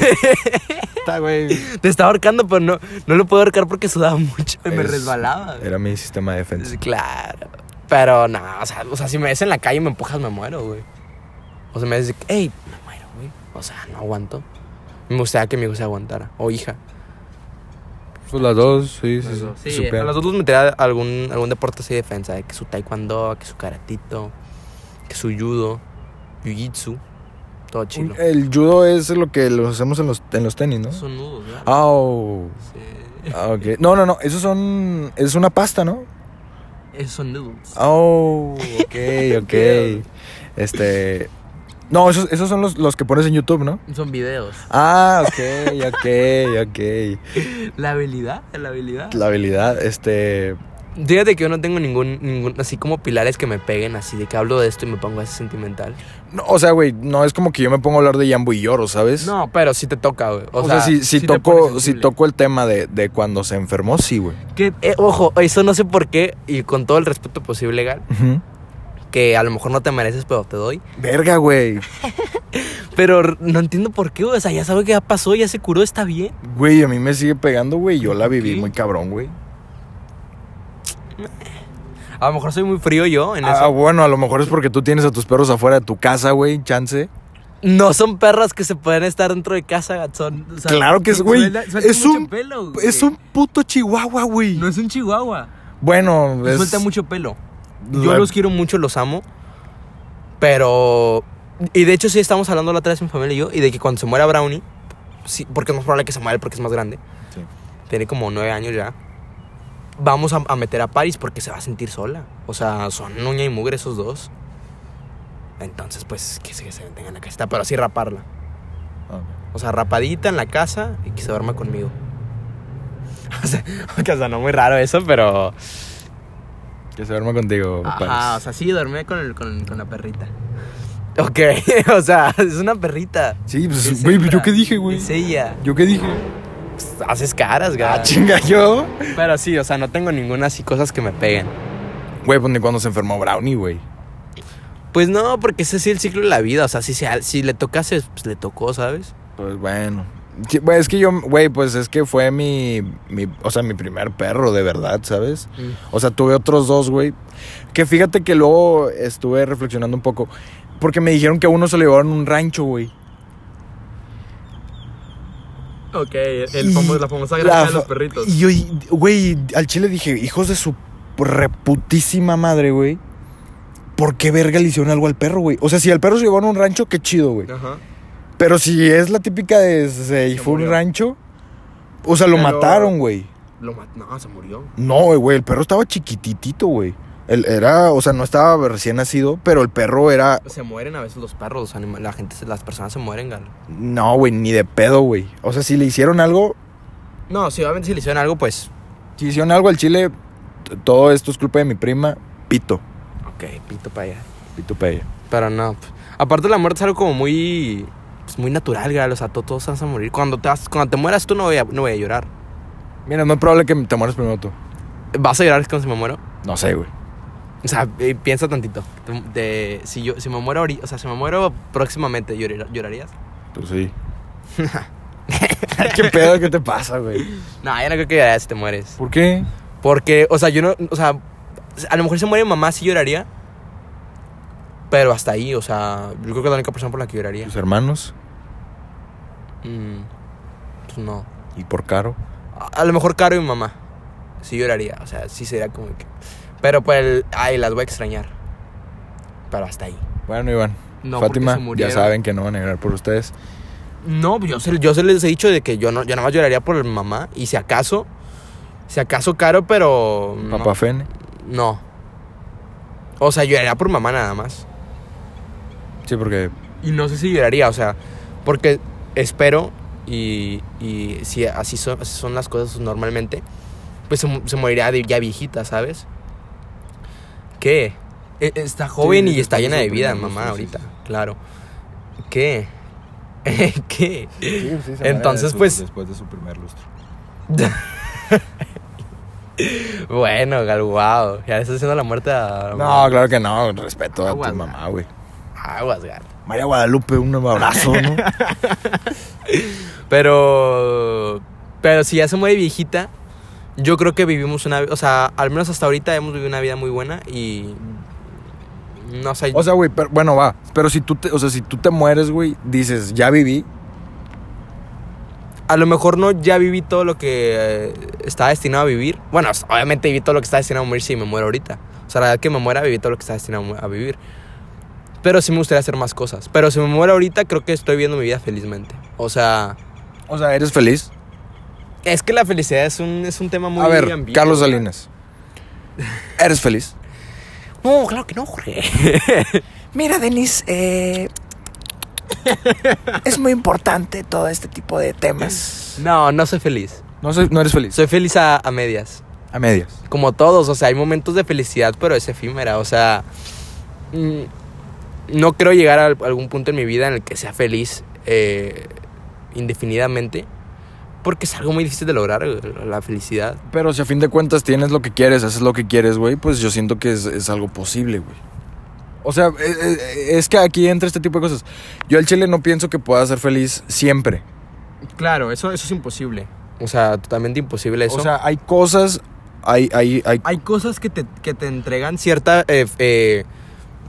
Speaker 1: Está, güey.
Speaker 2: Te estaba ahorcando, pero no, no lo puedo ahorcar porque sudaba mucho y me
Speaker 1: Es-
Speaker 2: resbalaba. güey.
Speaker 1: Era mi sistema de defensa.
Speaker 2: Claro. Pero no, o sea, o sea, si me ves en la calle y me empujas, me muero, güey. O sea, me dices, hey, me muero, güey. O sea, no aguanto. Me gustaría que mi hijo se aguantara. O hija.
Speaker 1: Pues las dos, sí, sí,
Speaker 2: Las
Speaker 1: sí.
Speaker 2: dos.
Speaker 1: se
Speaker 2: Sí,
Speaker 1: superan.
Speaker 2: a los dos los meterá algún, algún deporte así de defensa, de que su taekwondo, que su karatito, que su judo, jiu-jitsu, todo chilo.
Speaker 1: El judo es lo que los hacemos en los, en los tenis, ¿no?
Speaker 2: Son nudos, ¿verdad?
Speaker 1: Ah, oh.
Speaker 2: Sí.
Speaker 1: Ah, ok. No, no, no. Esos son. Es una pasta, ¿no?
Speaker 2: Esos son nudos.
Speaker 1: Oh, ok, ok. este. No, esos, esos son los, los que pones en YouTube, ¿no?
Speaker 2: Son videos.
Speaker 1: Ah, ok, ok, ok.
Speaker 2: La habilidad, la habilidad.
Speaker 1: La habilidad, este.
Speaker 2: Fíjate que yo no tengo ningún, ningún, así como pilares que me peguen, así de que hablo de esto y me pongo así sentimental.
Speaker 1: no, o sea, güey, no es como que yo me pongo a hablar de Jambo y lloro, ¿sabes?
Speaker 2: No, pero sí te toca, güey.
Speaker 1: O,
Speaker 2: O,
Speaker 1: sea, si, si
Speaker 2: sí te
Speaker 1: toco,
Speaker 2: pone
Speaker 1: si
Speaker 2: sensible.
Speaker 1: toco el tema de, de cuando se enfermó, sí, güey.
Speaker 2: Que, eh, ojo, eso no sé por qué, y con todo el respeto posible, Gal, que a lo mejor no te mereces, pero te doy.
Speaker 1: Verga, güey.
Speaker 2: Pero r- no entiendo por qué, güey. O sea, ya sabe que ya pasó, ya se curó, está bien.
Speaker 1: Güey, a mí me sigue pegando, güey. Yo la viví
Speaker 2: Ok.
Speaker 1: muy cabrón, güey.
Speaker 2: A lo mejor soy muy frío yo en
Speaker 1: Ah,
Speaker 2: eso.
Speaker 1: bueno, a lo mejor es porque tú tienes a tus perros afuera de tu casa, güey. Chance.
Speaker 2: No son perras que se pueden estar dentro de casa, gatzón. O sea,
Speaker 1: claro que es, güey.
Speaker 3: suelta- suelta
Speaker 1: Es
Speaker 3: mucho
Speaker 1: un,
Speaker 3: pelo, güey.
Speaker 1: es un puto chihuahua, güey.
Speaker 3: No es un chihuahua.
Speaker 1: Bueno, es...
Speaker 2: Suelta mucho pelo. Yo
Speaker 1: la-
Speaker 2: los quiero mucho, los amo. Pero. Y de hecho, sí estamos hablando la otra vez, mi familia y yo, y de que cuando se muera Brownie, sí, porque es más probable que se muera él porque es más grande.
Speaker 1: Sí.
Speaker 2: Tiene como nueve años ya. Vamos a, a meter a Paris porque se va a sentir sola. O sea, son uña y mugre esos dos. Entonces, pues, que se, que se mantenga en la casita, pero así raparla.
Speaker 1: Ah,
Speaker 2: O sea, rapadita en la casa y que se duerma conmigo. O sea, que sonó muy raro eso, pero.
Speaker 1: Que se duerma contigo,
Speaker 2: Ajá, o
Speaker 1: Paris.
Speaker 2: sea, sí, dormía con, el- con, con la perrita. Ok, o sea, es una perrita.
Speaker 1: Sí, pues,
Speaker 2: Es
Speaker 1: güey,
Speaker 2: hembra.
Speaker 1: ¿yo qué dije, güey?
Speaker 2: Es ella.
Speaker 1: ¿Yo qué dije?
Speaker 2: Haces caras,
Speaker 1: Ah,
Speaker 2: gacho.
Speaker 1: chinga, yo.
Speaker 2: Pero sí, o sea, no tengo ninguna así cosas que me peguen.
Speaker 1: Güey, pues ni cuando se enfermó Brownie, güey.
Speaker 2: Pues no, porque ese sí es el ciclo de la vida. O sea, si, se- si le tocase, pues le tocó, ¿sabes?
Speaker 1: Pues bueno. Sí, güey, es que yo, güey, pues es que fue mi, mi, o sea, mi primer perro, de verdad, ¿sabes?
Speaker 2: Mm.
Speaker 1: O sea, tuve otros dos, güey. Que fíjate que luego estuve reflexionando un poco. Porque me dijeron que a uno se lo llevaron a un rancho, güey.
Speaker 3: Ok,
Speaker 1: Y- la fa- Y yo, y- güey, al chile dije, hijos de su reputísima madre, güey. ¿Por qué verga le hicieron algo al perro, güey? O sea, si al perro se llevaron a un rancho, qué chido, güey.
Speaker 3: Ajá.
Speaker 1: Pero si es la típica de se fue a un
Speaker 3: murió.
Speaker 1: rancho, o sea, lo
Speaker 3: Pero-
Speaker 1: mataron, güey.
Speaker 3: Lo mat- No, se murió.
Speaker 1: No, güey, el perro estaba chiquititito, güey. Él era, o sea, no estaba recién nacido, pero el perro era,
Speaker 2: Se mueren a veces los perros, los anima- la gente, se- las personas se mueren, galo.
Speaker 1: no, güey, ni de pedo, güey. O sea, si le hicieron algo,
Speaker 2: No, sí, obviamente si le hicieron algo, pues.
Speaker 1: si hicieron algo al chile, t- todo esto es culpa de mi prima, pito,
Speaker 2: Ok, pito para allá.
Speaker 1: pito para ella.
Speaker 2: Pero no. p- Aparte la muerte es algo como muy pues, muy natural, gal, o sea, to- todos vas a morir. Cuando te vas- cuando te mueras tú no voy a, no voy a llorar.
Speaker 1: Mira, no es probable que te mueras primero tú.
Speaker 2: ¿Vas a llorar cuando si me muero?
Speaker 1: No sé, güey.
Speaker 2: O sea, eh, piensa tantito. Te- te- si yo si me muero ahorita, o sea, si me muero próximamente ¿llorar- llorarías?
Speaker 1: Tú sí. ¿Qué pedo? ¿Qué te pasa, güey?
Speaker 2: No, yo no creo que llorarías si te mueres.
Speaker 1: ¿Por qué?
Speaker 2: Porque, o sea, yo no, o sea, a lo mejor se muere mi mamá sí lloraría. Pero hasta ahí, o sea, yo creo que es la única persona por la que lloraría.
Speaker 1: ¿Tus hermanos?
Speaker 2: Mm, pues no.
Speaker 1: ¿Y por caro?
Speaker 2: A, a lo mejor Caro y mi mamá. Sí lloraría, o sea, sí sería como que... Pero pues, el- ay, las voy a extrañar. Pero hasta ahí.
Speaker 1: Bueno, Iván.
Speaker 2: No, porque
Speaker 1: Fátima,
Speaker 2: se
Speaker 1: ya
Speaker 2: murieron.
Speaker 1: saben que no van a negar por ustedes.
Speaker 2: No, pues, yo se, yo se les he dicho de que yo, no, yo nada más lloraría por mi mamá. Y si acaso, si acaso Caro, pero... no.
Speaker 1: Papá Fene.
Speaker 2: No. O sea, lloraría por mamá nada más.
Speaker 1: Sí, porque
Speaker 2: Y no sé si lloraría, o sea, porque espero y, y si así son, así son las cosas normalmente, pues se, mu- se morirá de, ya viejita, ¿sabes? ¿Qué? E- Está joven
Speaker 1: sí,
Speaker 2: y está
Speaker 1: sí,
Speaker 2: llena
Speaker 1: sí,
Speaker 2: de vida,
Speaker 1: sí, sí,
Speaker 2: mamá,
Speaker 1: sí,
Speaker 2: ahorita,
Speaker 1: sí.
Speaker 2: claro. ¿Qué? ¿Qué? Entonces, pues-
Speaker 1: Después de su primer lustro.
Speaker 2: Bueno, gal, wow, ya le estás haciendo la muerte a...
Speaker 1: No, claro que no. Respeto a
Speaker 2: Aguas.
Speaker 1: tu mamá, güey.
Speaker 2: Aguas, gal.
Speaker 1: María Guadalupe, un abrazo, ¿no?
Speaker 2: Pero. Pero si ya se muere viejita, yo creo que vivimos una. O sea, al menos hasta ahorita hemos vivido una vida muy buena y. No sé.
Speaker 1: o sea, güey, pero, bueno, va. Pero si tú te, o sea, si tú te mueres, güey, dices, ya viví.
Speaker 2: a lo mejor no ya viví todo lo que eh, estaba destinado a vivir. Bueno, s- obviamente viví todo lo que estaba destinado a morir si me muero ahorita. O sea, la verdad que me muera, viví todo lo que estaba destinado a mu- a vivir. Pero sí me gustaría hacer más cosas. Pero si me muero ahorita, creo que estoy viviendo mi vida felizmente. O sea,
Speaker 1: O sea, eres feliz.
Speaker 2: es que la felicidad es un, es un tema muy
Speaker 1: a ver,
Speaker 2: ambiguo,
Speaker 1: Carlos
Speaker 2: ¿verdad?
Speaker 1: Salinas. ¿Eres feliz?
Speaker 2: No, claro que no, Jorge.
Speaker 4: Mira, Denis, eh, es muy importante todo este tipo de temas.
Speaker 2: No, no soy feliz.
Speaker 1: No, soy, no eres feliz.
Speaker 2: Soy feliz a, a medias.
Speaker 1: A medias.
Speaker 2: Como todos, o sea, hay momentos de felicidad, pero es efímera. O sea, mm, no creo llegar a al- algún punto en mi vida en el que sea feliz eh, indefinidamente. Porque es algo muy difícil de lograr, eh, la felicidad.
Speaker 1: Pero si a fin de cuentas tienes lo que quieres, haces lo que quieres, güey, pues yo siento que es, es algo posible, güey. O sea, eh, eh, es que aquí entra este tipo de cosas. Yo al chile no pienso que pueda ser feliz siempre.
Speaker 3: Claro, eso, eso es imposible.
Speaker 2: O sea, totalmente imposible eso.
Speaker 1: O sea, hay cosas, hay, hay, hay,
Speaker 3: Hay cosas que te, que te entregan cierto.
Speaker 2: cierta eh, eh,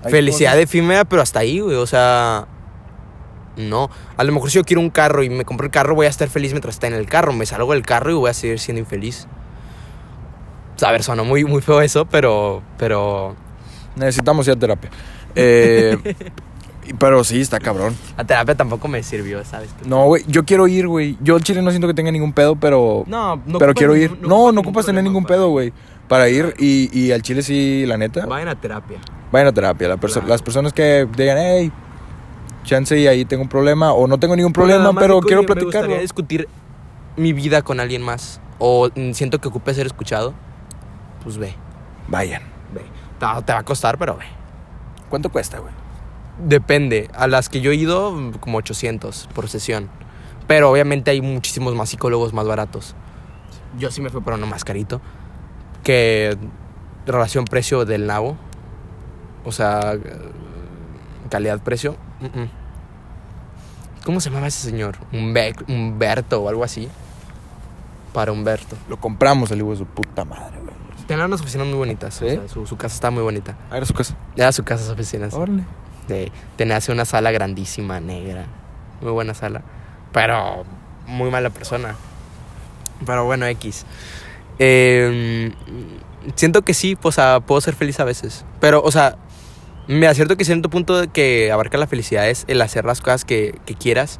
Speaker 1: hay
Speaker 2: felicidad
Speaker 1: cosas-
Speaker 2: efímera, pero hasta ahí, güey. O sea, no. A lo mejor si yo quiero un carro y me compro el carro, voy a estar feliz mientras esté en el carro. Me salgo del carro y voy a seguir siendo infeliz. O sea, a ver, sonó muy, muy feo eso, pero, pero
Speaker 1: Necesitamos ir a terapia. Eh, y- pero sí, está cabrón.
Speaker 2: la terapia tampoco me sirvió, ¿sabes?
Speaker 1: No, güey, yo quiero ir, güey. Yo al chile no siento que tenga ningún pedo, pero...
Speaker 3: No, no
Speaker 1: pero
Speaker 3: ocupas
Speaker 1: quiero ir.
Speaker 3: ningún-
Speaker 1: No, no ocupas
Speaker 3: problema
Speaker 1: tener ningún
Speaker 3: para-
Speaker 1: pedo, güey. Para ir y, y al chile sí, la neta.
Speaker 3: Vayan a terapia.
Speaker 1: Vayan a terapia. La perso-
Speaker 3: Claro.
Speaker 1: Las personas que digan, hey, chance y ahí tengo un problema. O no tengo ningún problema,
Speaker 3: Nada más
Speaker 1: pero
Speaker 3: de que,
Speaker 1: quiero
Speaker 3: oye, me
Speaker 1: platicarlo.
Speaker 2: gustaría discutir mi vida con alguien más o mm, siento que ocupe ser escuchado. Pues ve.
Speaker 1: Vayan.
Speaker 3: Ve.
Speaker 2: Te va- te va a costar, pero ve.
Speaker 1: ¿Cuánto cuesta, güey?
Speaker 2: Depende. A las que yo he ido, mm, como 800 por sesión. Pero obviamente hay muchísimos más psicólogos más baratos. Yo sí me fui por uno más carito. Que relación precio del nabo. O sea, eh, calidad-precio. mm, mm. ¿Cómo se llamaba ese señor? Humbe- Humberto o algo así. Para Humberto.
Speaker 1: Lo compramos el hijo de su puta madre, güey.
Speaker 2: Tenía unas oficinas muy bonitas. o
Speaker 1: ¿Sí?
Speaker 2: sea, su, su casa estaba muy bonita.
Speaker 1: A ver su casa.
Speaker 2: Era su casa, sus oficinas.
Speaker 1: Órale.
Speaker 2: De, tenía así una sala grandísima, negra. Muy buena sala. Pero muy mala persona. Pero bueno, X. Eh, siento que sí, pues ah, puedo ser feliz a veces. Pero, o sea, me acierto que cierto punto de que abarca la felicidad es el hacer las cosas que, que quieras.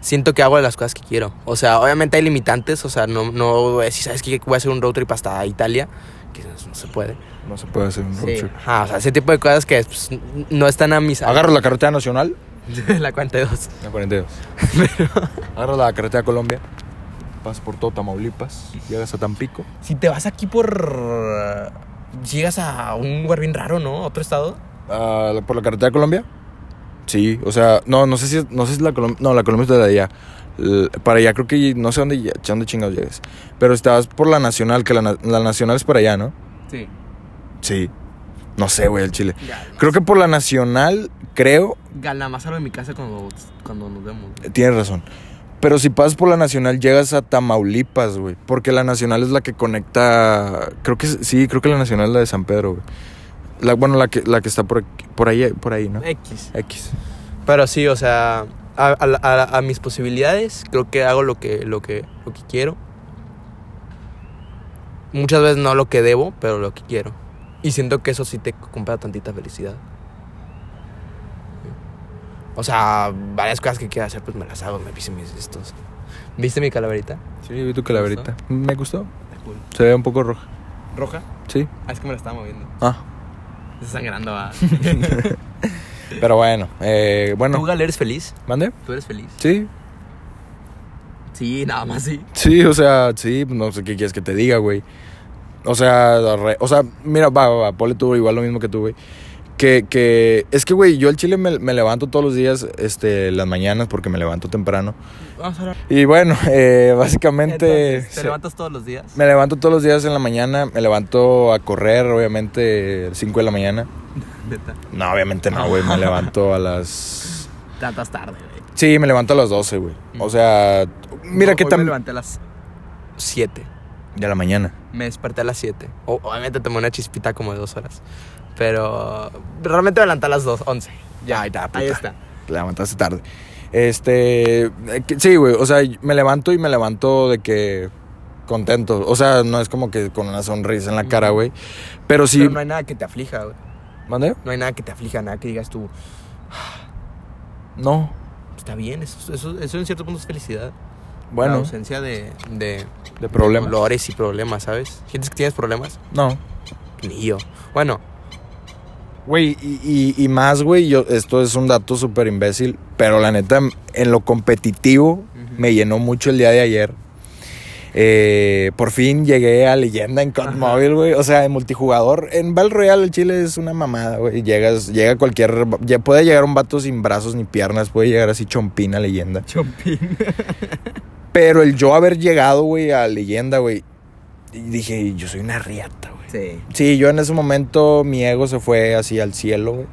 Speaker 2: Siento que hago las cosas que quiero. O sea, obviamente hay limitantes. O sea, no, no si sabes que voy a hacer un road trip hasta Italia, que no, no se puede.
Speaker 1: No se puede hacer un road trip.
Speaker 2: Ajá, o sea, ese tipo de cosas que pues, n- no están a mis...
Speaker 1: Agarro la carretera nacional.
Speaker 2: la cuenta de dos.
Speaker 1: La 42. Agarro la carretera a Colombia. Pasas por todo Tamaulipas. Llegas a Tampico.
Speaker 2: Si te vas aquí por. Llegas a un lugar bien raro, ¿no? ¿A otro estado?
Speaker 1: Ah, ¿Por la carretera a Colombia? Sí, o sea, no, no sé si es, no sé si es la Colombia. No, la Colombia es de allá. L- Para allá creo que no sé dónde, lle- dónde chingados llegues. Pero estabas por la nacional, que la, na- la nacional es para allá, ¿no?
Speaker 3: Sí.
Speaker 1: Sí. No sé, güey, el Chile. Creo que por la nacional, creo,
Speaker 2: Gana más algo en mi casa cuando, cuando nos vemos.
Speaker 1: Tienes razón. Pero si pasas por la Nacional, llegas a Tamaulipas, güey. Porque la Nacional es la que conecta. Creo que es- sí, creo que la Nacional es la de San Pedro, güey. La, bueno, la que, la que está por, aquí- por ahí, por ahí, ¿no?
Speaker 3: X.
Speaker 1: X.
Speaker 2: Pero sí, o sea, a, a la- a la- a mis posibilidades, creo que hago lo que, lo, que, lo que quiero. Muchas veces no lo que debo, pero lo que quiero. Y siento que eso sí te compra tantita felicidad. O sea, varias cosas que quiero hacer, pues me las hago, me hice mis estos. ¿Viste mi calaverita?
Speaker 1: Sí, vi tu calaverita. Me gustó.
Speaker 2: cool.
Speaker 1: Se ve un poco roja.
Speaker 2: ¿Roja?
Speaker 1: Sí.
Speaker 2: Ah, es que me la estaba moviendo.
Speaker 1: Ah.
Speaker 2: Se está sangrando, ah. va.
Speaker 1: Pero bueno, eh,
Speaker 2: ¿Tú,
Speaker 1: bueno.
Speaker 2: Gal, eres feliz?
Speaker 1: ¿Mande?
Speaker 2: ¿Tú eres feliz?
Speaker 1: Sí.
Speaker 2: Sí, nada más sí.
Speaker 1: Sí, o sea, sí, no sé qué quieres que te diga, güey. O sea, la re- o sea, mira, va, va, va, ponle tú igual lo mismo que tú, güey. Que, que, es que, güey, yo al chile me, me levanto todos los días, este, las mañanas, porque me levanto temprano.
Speaker 2: Vamos a hablar.
Speaker 1: Y bueno, eh, básicamente...
Speaker 2: Entonces, ¿Te
Speaker 1: se-
Speaker 2: levantas todos los días?
Speaker 1: me levanto todos los días en la mañana, me levanto a correr, obviamente, 5 de la mañana.
Speaker 2: Neta.
Speaker 1: No, obviamente no, güey, me levanto a las...
Speaker 2: Tantas tarde, güey.
Speaker 1: Sí, me levanto a las 12, güey. O sea, mira
Speaker 2: No,
Speaker 1: que
Speaker 2: hoy Me
Speaker 1: también...
Speaker 2: levanté a las 7.
Speaker 1: De la mañana.
Speaker 2: Me desperté a las 7. obviamente tomé una chispita como de dos horas. Pero realmente me levanté a las 2, 11. Ya, ya,
Speaker 3: Ahí está.
Speaker 1: Te levantaste tarde. Este. eh, que- Sí, güey. O sea, me levanto y me levanto de que. Contento. O sea, no es como que con una sonrisa en la cara, güey. Pero sí.
Speaker 2: Pero no hay nada que te aflija, güey.
Speaker 1: ¿Mande?
Speaker 2: No hay nada que te aflija, nada que digas tú,
Speaker 1: No.
Speaker 2: está bien, eso, eso, eso en cierto punto es felicidad. La
Speaker 1: Bueno,
Speaker 2: ausencia de, de
Speaker 1: de problema.
Speaker 2: dolores y problemas, ¿sabes? ¿Sientes que tienes problemas?
Speaker 1: No.
Speaker 2: Ni yo. Bueno,
Speaker 1: Güey, y, y- y más, güey, yo, esto es un dato súper imbécil, pero la neta, en lo competitivo, me llenó mucho el día de ayer. Eh, por fin llegué a leyenda en Codmobile, güey. O sea, en multijugador. En Battle Royale el Chile es una mamada, güey. Llegas, llega cualquier. Ya puede llegar un vato sin brazos ni piernas, puede llegar así chompín a leyenda.
Speaker 3: Chompín.
Speaker 1: Pero el yo haber llegado, güey, a leyenda, güey. y Dije, yo soy una riata, güey.
Speaker 3: Sí.
Speaker 1: Sí, yo en ese momento mi ego se fue así al cielo, güey.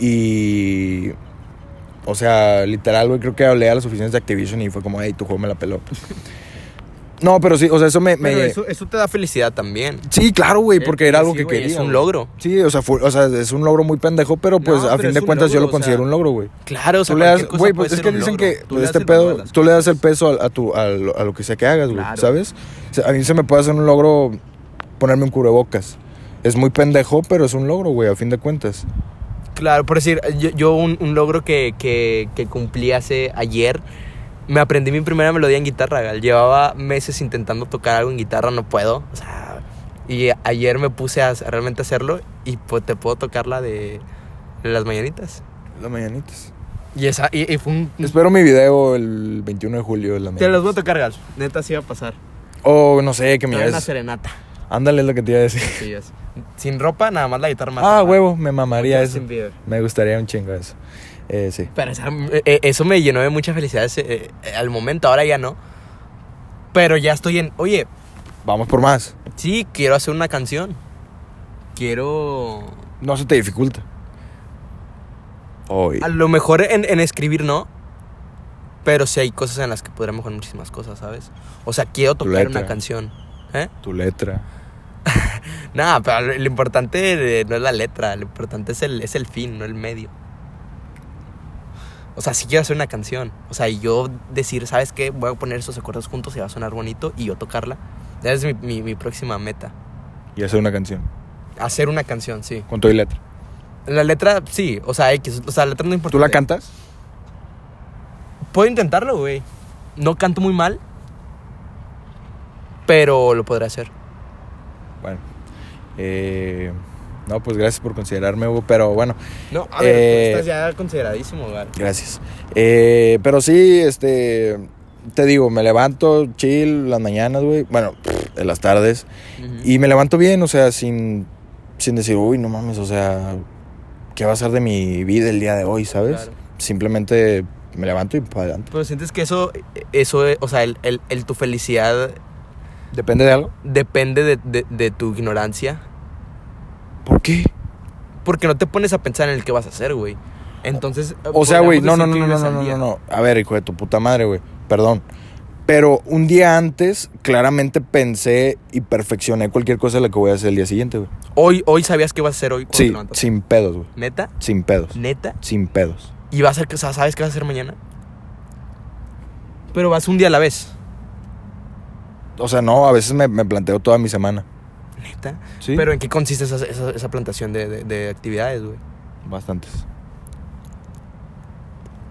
Speaker 1: Y. O sea, literal, güey, creo que hablé a las oficinas de Activision y fue como, hey, tu juego me la peló. No, pero sí, o sea, eso me. me-
Speaker 2: Pero eso, eso te da felicidad también.
Speaker 1: Sí, claro, güey,
Speaker 3: Eh,
Speaker 1: porque era algo
Speaker 3: sí,
Speaker 1: que
Speaker 3: güey,
Speaker 1: quería.
Speaker 2: Es un
Speaker 1: güey.
Speaker 2: logro.
Speaker 1: Sí, o sea, fue- o sea, es un logro muy pendejo, pero pues
Speaker 3: No,
Speaker 1: a
Speaker 3: pero
Speaker 1: fin
Speaker 3: es
Speaker 1: de
Speaker 3: un
Speaker 1: cuentas yo
Speaker 3: logro,
Speaker 1: lo
Speaker 3: o
Speaker 1: considero
Speaker 3: sea,
Speaker 1: un logro, güey.
Speaker 2: Claro, o sea,
Speaker 1: Tú le das-
Speaker 2: cualquier cosa
Speaker 1: güey,
Speaker 2: puede
Speaker 1: pues es
Speaker 2: ser
Speaker 1: que
Speaker 2: un
Speaker 1: dicen
Speaker 2: logro.
Speaker 1: que
Speaker 3: Tú le
Speaker 1: este
Speaker 3: das el valor a
Speaker 1: pedo,
Speaker 3: las
Speaker 1: tú le das el
Speaker 3: cosas.
Speaker 1: peso al- a, tu, al- a lo que sea que hagas, güey,
Speaker 3: Claro.
Speaker 1: ¿sabes? O sea, a mí se me puede hacer un logro ponerme un cubrebocas. Es muy pendejo, pero es un logro, güey, a fin de cuentas.
Speaker 2: Claro, por decir, yo, yo un, un logro que, que- que cumplí hace ayer, me aprendí mi primera melodía en guitarra, gal. Llevaba meses intentando tocar algo en guitarra, no puedo. O sea, y ayer me puse a, a realmente hacerlo y pues, te puedo tocar la de las mañanitas.
Speaker 1: Las mañanitas.
Speaker 2: Y esa, y, y fue un...
Speaker 1: Espero mi video el 21 de julio de la
Speaker 3: Te
Speaker 1: mañana.
Speaker 3: las voy a tocar, Gal. Neta, sí va a pasar.
Speaker 1: O no sé, que
Speaker 2: fue
Speaker 1: me
Speaker 2: una
Speaker 1: digas.
Speaker 2: serenata.
Speaker 1: Ándale, es lo que te iba a decir.
Speaker 3: Sí, ya sé.
Speaker 2: Sin ropa, nada más la guitarra más.
Speaker 1: Ah,
Speaker 2: rara.
Speaker 1: huevo, me mamaría eso.
Speaker 3: Justin Bieber.
Speaker 1: Me gustaría un chingo eso. Eh, sí.
Speaker 2: Pero esa- eh, eh, eso me llenó de mucha felicidad ese, eh, eh, al momento, ahora ya no. Pero ya estoy en, oye,
Speaker 1: Vamos por más.
Speaker 2: Sí, quiero hacer una canción. Quiero.
Speaker 1: No se te dificulta. Hoy.
Speaker 2: A lo mejor en, en escribir no. Pero sí hay cosas en las que podría mejorar muchísimas cosas, ¿sabes? O sea, quiero tocar
Speaker 1: Letra.
Speaker 2: una canción. ¿Eh?
Speaker 1: Tu letra.
Speaker 2: Nada, pero lo, lo importante eh, no es la letra, lo importante es el, es el fin, no el medio. O sea, sí quiero hacer una canción. O sea, y yo decir, ¿sabes qué? Voy a poner esos acordes juntos y va a sonar bonito y yo tocarla. Esa es mi, mi- mi próxima meta.
Speaker 1: Y hacer una canción.
Speaker 2: Hacer una canción, sí.
Speaker 1: Con tu letra.
Speaker 2: La letra, sí. O sea, X. O sea, la letra no importa.
Speaker 1: ¿Tú la cantas?
Speaker 2: Puedo intentarlo, güey. No canto muy mal. Pero lo podré hacer.
Speaker 1: Bueno. Eh, no, pues gracias por considerarme, Hugo, pero bueno,
Speaker 2: No,
Speaker 1: a ver, Eh, tú estás
Speaker 2: ya consideradísimo, güey.
Speaker 1: gracias. Eh, pero sí, este, te digo, me levanto chill las mañanas, güey, bueno, pff, en las tardes, y me levanto bien, o sea, sin, sin decir, uy, no mames, o sea, ¿qué va a ser de mi vida el día de hoy, sabes?
Speaker 2: Claro.
Speaker 1: Simplemente me levanto y para adelante.
Speaker 2: Pero sientes que eso, eso eh, o sea, el, el- el- tu felicidad
Speaker 1: ¿Depende de algo?
Speaker 2: depende de, de- de tu ignorancia.
Speaker 1: ¿Por qué?
Speaker 2: Porque no te pones a pensar en el que vas a hacer, güey. Entonces. eh,
Speaker 1: O sea, güey, no,
Speaker 2: podríamos
Speaker 1: no, no, no,
Speaker 2: decir que
Speaker 1: no,
Speaker 2: vives
Speaker 1: no,
Speaker 2: al
Speaker 1: no,
Speaker 2: día.
Speaker 1: no, no. A ver, hijo de tu puta madre, güey. Perdón. Pero un día antes, claramente pensé y perfeccioné cualquier cosa de la que voy a hacer el día siguiente, güey.
Speaker 2: Hoy, hoy sabías que vas a hacer hoy cuando te
Speaker 1: Sí,
Speaker 2: levantas.
Speaker 1: sin pedos, güey.
Speaker 2: ¿Neta?
Speaker 1: Sin pedos.
Speaker 2: ¿Neta?
Speaker 1: Sin pedos.
Speaker 2: Y vas a hacer, o sea, sabes qué vas a hacer mañana. Pero vas un día a la vez.
Speaker 1: O sea, no, a veces me, me planteo toda mi semana.
Speaker 2: Neta.
Speaker 1: Sí.
Speaker 2: Pero ¿en qué consiste esa, esa- esa plantación de, de- de actividades, güey?
Speaker 1: Bastantes.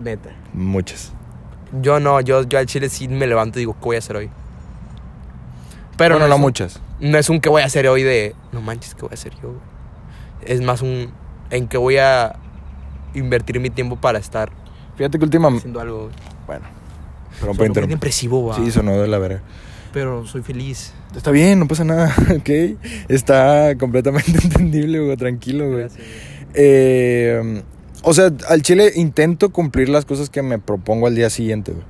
Speaker 2: Neta.
Speaker 1: Muchas.
Speaker 2: Yo no, yo, yo al chile sí me levanto y digo, ¿qué voy a hacer hoy? Pero
Speaker 1: bueno,
Speaker 2: no,
Speaker 1: no
Speaker 2: es un-
Speaker 1: muchas.
Speaker 2: no es un ¿qué voy a hacer hoy? de, no manches, ¿qué voy a hacer yo? güey?". Es más un ¿en qué voy a invertir mi tiempo para estar
Speaker 1: Fíjate que últimamente.
Speaker 2: haciendo algo? güey?
Speaker 1: Bueno. Perdón por
Speaker 2: Soy muy
Speaker 1: interrumpir.
Speaker 2: depresivo, va.
Speaker 1: Sí, sonó de la verga.
Speaker 2: Pero soy feliz.
Speaker 1: Está bien, no pasa nada, ¿ok? Está completamente entendible, güey. Tranquilo, güey.
Speaker 2: Gracias, güey.
Speaker 1: Eh, o sea, al chile intento cumplir las cosas que me propongo al día siguiente, güey.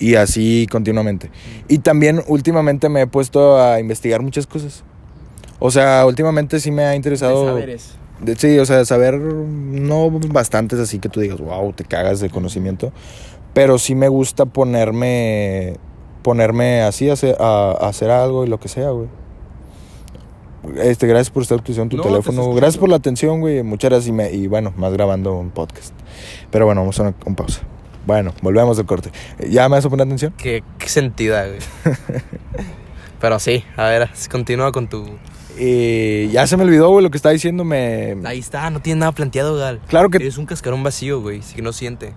Speaker 1: Y así continuamente. Y también últimamente me he puesto a investigar muchas cosas. O sea, últimamente sí me ha interesado...
Speaker 3: Saberes.
Speaker 1: de- sí, o sea, saber no bastantes así que tú digas, wow, te cagas de conocimiento. Pero sí me gusta ponerme ponerme así a hacer, a- a hacer algo y lo que sea, güey. Este, gracias por estar utilizando tu
Speaker 3: No, te
Speaker 1: teléfono.
Speaker 3: estoy
Speaker 1: Gracias por
Speaker 3: escuchando.
Speaker 1: la atención, güey. Muchas gracias y, me- y bueno, más grabando un podcast. Pero bueno, vamos a una un pausa. Bueno, volvemos de corte. ¿Ya me vas a poner atención?
Speaker 2: Qué, qué sentida, güey. Pero sí, a ver, continúa con tu...
Speaker 1: Eh, ya se me olvidó, güey, lo que estaba diciendo. Me...
Speaker 2: Ahí está, no tienes nada planteado, Gal.
Speaker 1: Claro que...
Speaker 2: Eres un cascarón vacío, güey, si que no siente.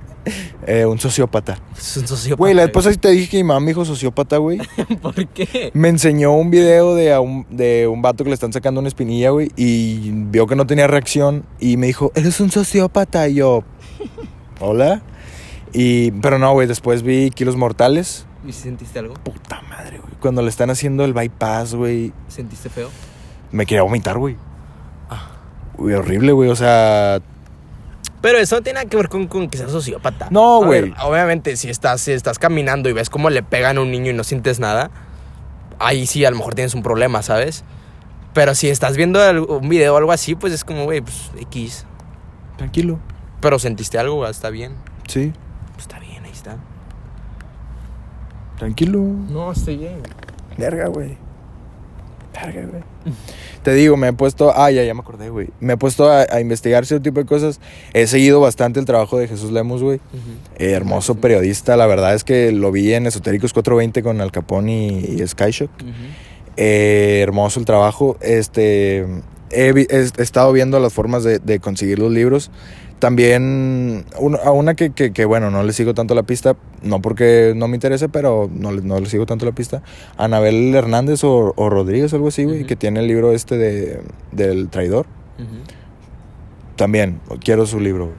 Speaker 1: eh, un sociópata.
Speaker 2: Es un sociópata.
Speaker 1: Güey, la
Speaker 3: eh.
Speaker 1: esposa sí te dije que mi mamá me dijo sociópata, güey.
Speaker 3: ¿Por qué?
Speaker 1: Me enseñó un video de, a un, de un vato que le están sacando una espinilla, güey, y vio que no tenía reacción y me dijo, eres un sociópata. Y yo, hola. Y, pero no, güey, después vi Kilos Mortales.
Speaker 2: ¿Y si sentiste algo?
Speaker 1: Puta madre, güey. Cuando le están haciendo el bypass, güey,
Speaker 2: ¿Sentiste feo?
Speaker 1: me quería vomitar, güey. Güey, horrible, güey, o sea...
Speaker 2: Pero eso no tiene nada que ver con, con que seas sociópata.
Speaker 1: No,
Speaker 2: A
Speaker 1: güey.
Speaker 2: ver, Obviamente, si estás, si estás caminando y ves cómo le pegan a un niño y no sientes nada, ahí sí a lo mejor tienes un problema, ¿sabes? Pero si estás viendo algo- un video o algo así, pues es como, güey, pues X.
Speaker 1: tranquilo.
Speaker 2: Pero sentiste algo, güey, está bien.
Speaker 1: Sí,
Speaker 2: Pues está bien, ahí está.
Speaker 1: tranquilo.
Speaker 3: No, estoy bien.
Speaker 1: Verga, güey. Verga, güey. Te digo, me he puesto. Ah, ya, ya me acordé, güey. Me he puesto a, a investigar cierto tipo de cosas. He seguido bastante el trabajo de Jesús Lemos, güey. Eh, hermoso periodista. La verdad es que lo vi en Esotéricos 420 con Al Capone y, y Skyshock. Eh, hermoso el trabajo. Este, he, vi- he estado viendo las formas de, de conseguir los libros. También un- a una que, que- que, bueno, no le sigo tanto la pista, no porque no me interese, pero no, le- no le sigo tanto la pista. Anabel Hernández o, o Rodríguez, algo así, güey,
Speaker 2: Ujú.
Speaker 1: que tiene el libro este de, del traidor. También, quiero su libro. güey.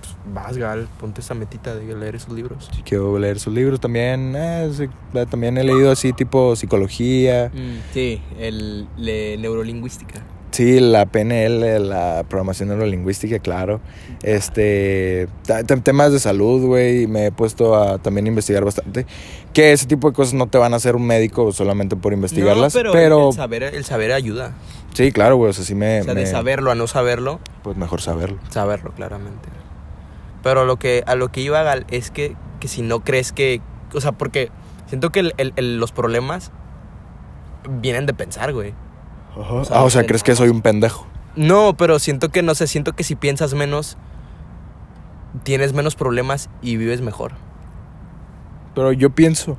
Speaker 2: Pues vas, Gal, ponte esa metita de leer esos libros.
Speaker 1: Sí, Quiero leer sus libros también. eh, sí, eh, también he leído así tipo psicología.
Speaker 2: Mm,
Speaker 3: Sí, el de neurolingüística.
Speaker 1: Sí, la PNL, la programación neurolingüística, claro. Este, ta- tem- temas de salud, güey, me he puesto a también investigar bastante. Que ese tipo de cosas no te van a hacer un médico solamente por investigarlas,
Speaker 3: No,
Speaker 1: pero,
Speaker 3: pero
Speaker 2: El saber, el saber ayuda.
Speaker 1: sí, claro, güey, o sea, sí me,
Speaker 2: O sea, de
Speaker 1: me-
Speaker 2: saberlo a no saberlo,
Speaker 1: pues mejor saberlo.
Speaker 2: saberlo claramente. Pero lo que, a lo que iba Gal es que, que si no crees que... O sea, porque siento que el- el- el- los problemas vienen de pensar, güey.
Speaker 1: O sea, ah, o sea,
Speaker 2: el-
Speaker 1: crees que soy un pendejo.
Speaker 2: No, pero siento que no sé, siento que si piensas menos, tienes menos problemas y vives mejor.
Speaker 1: Pero yo pienso,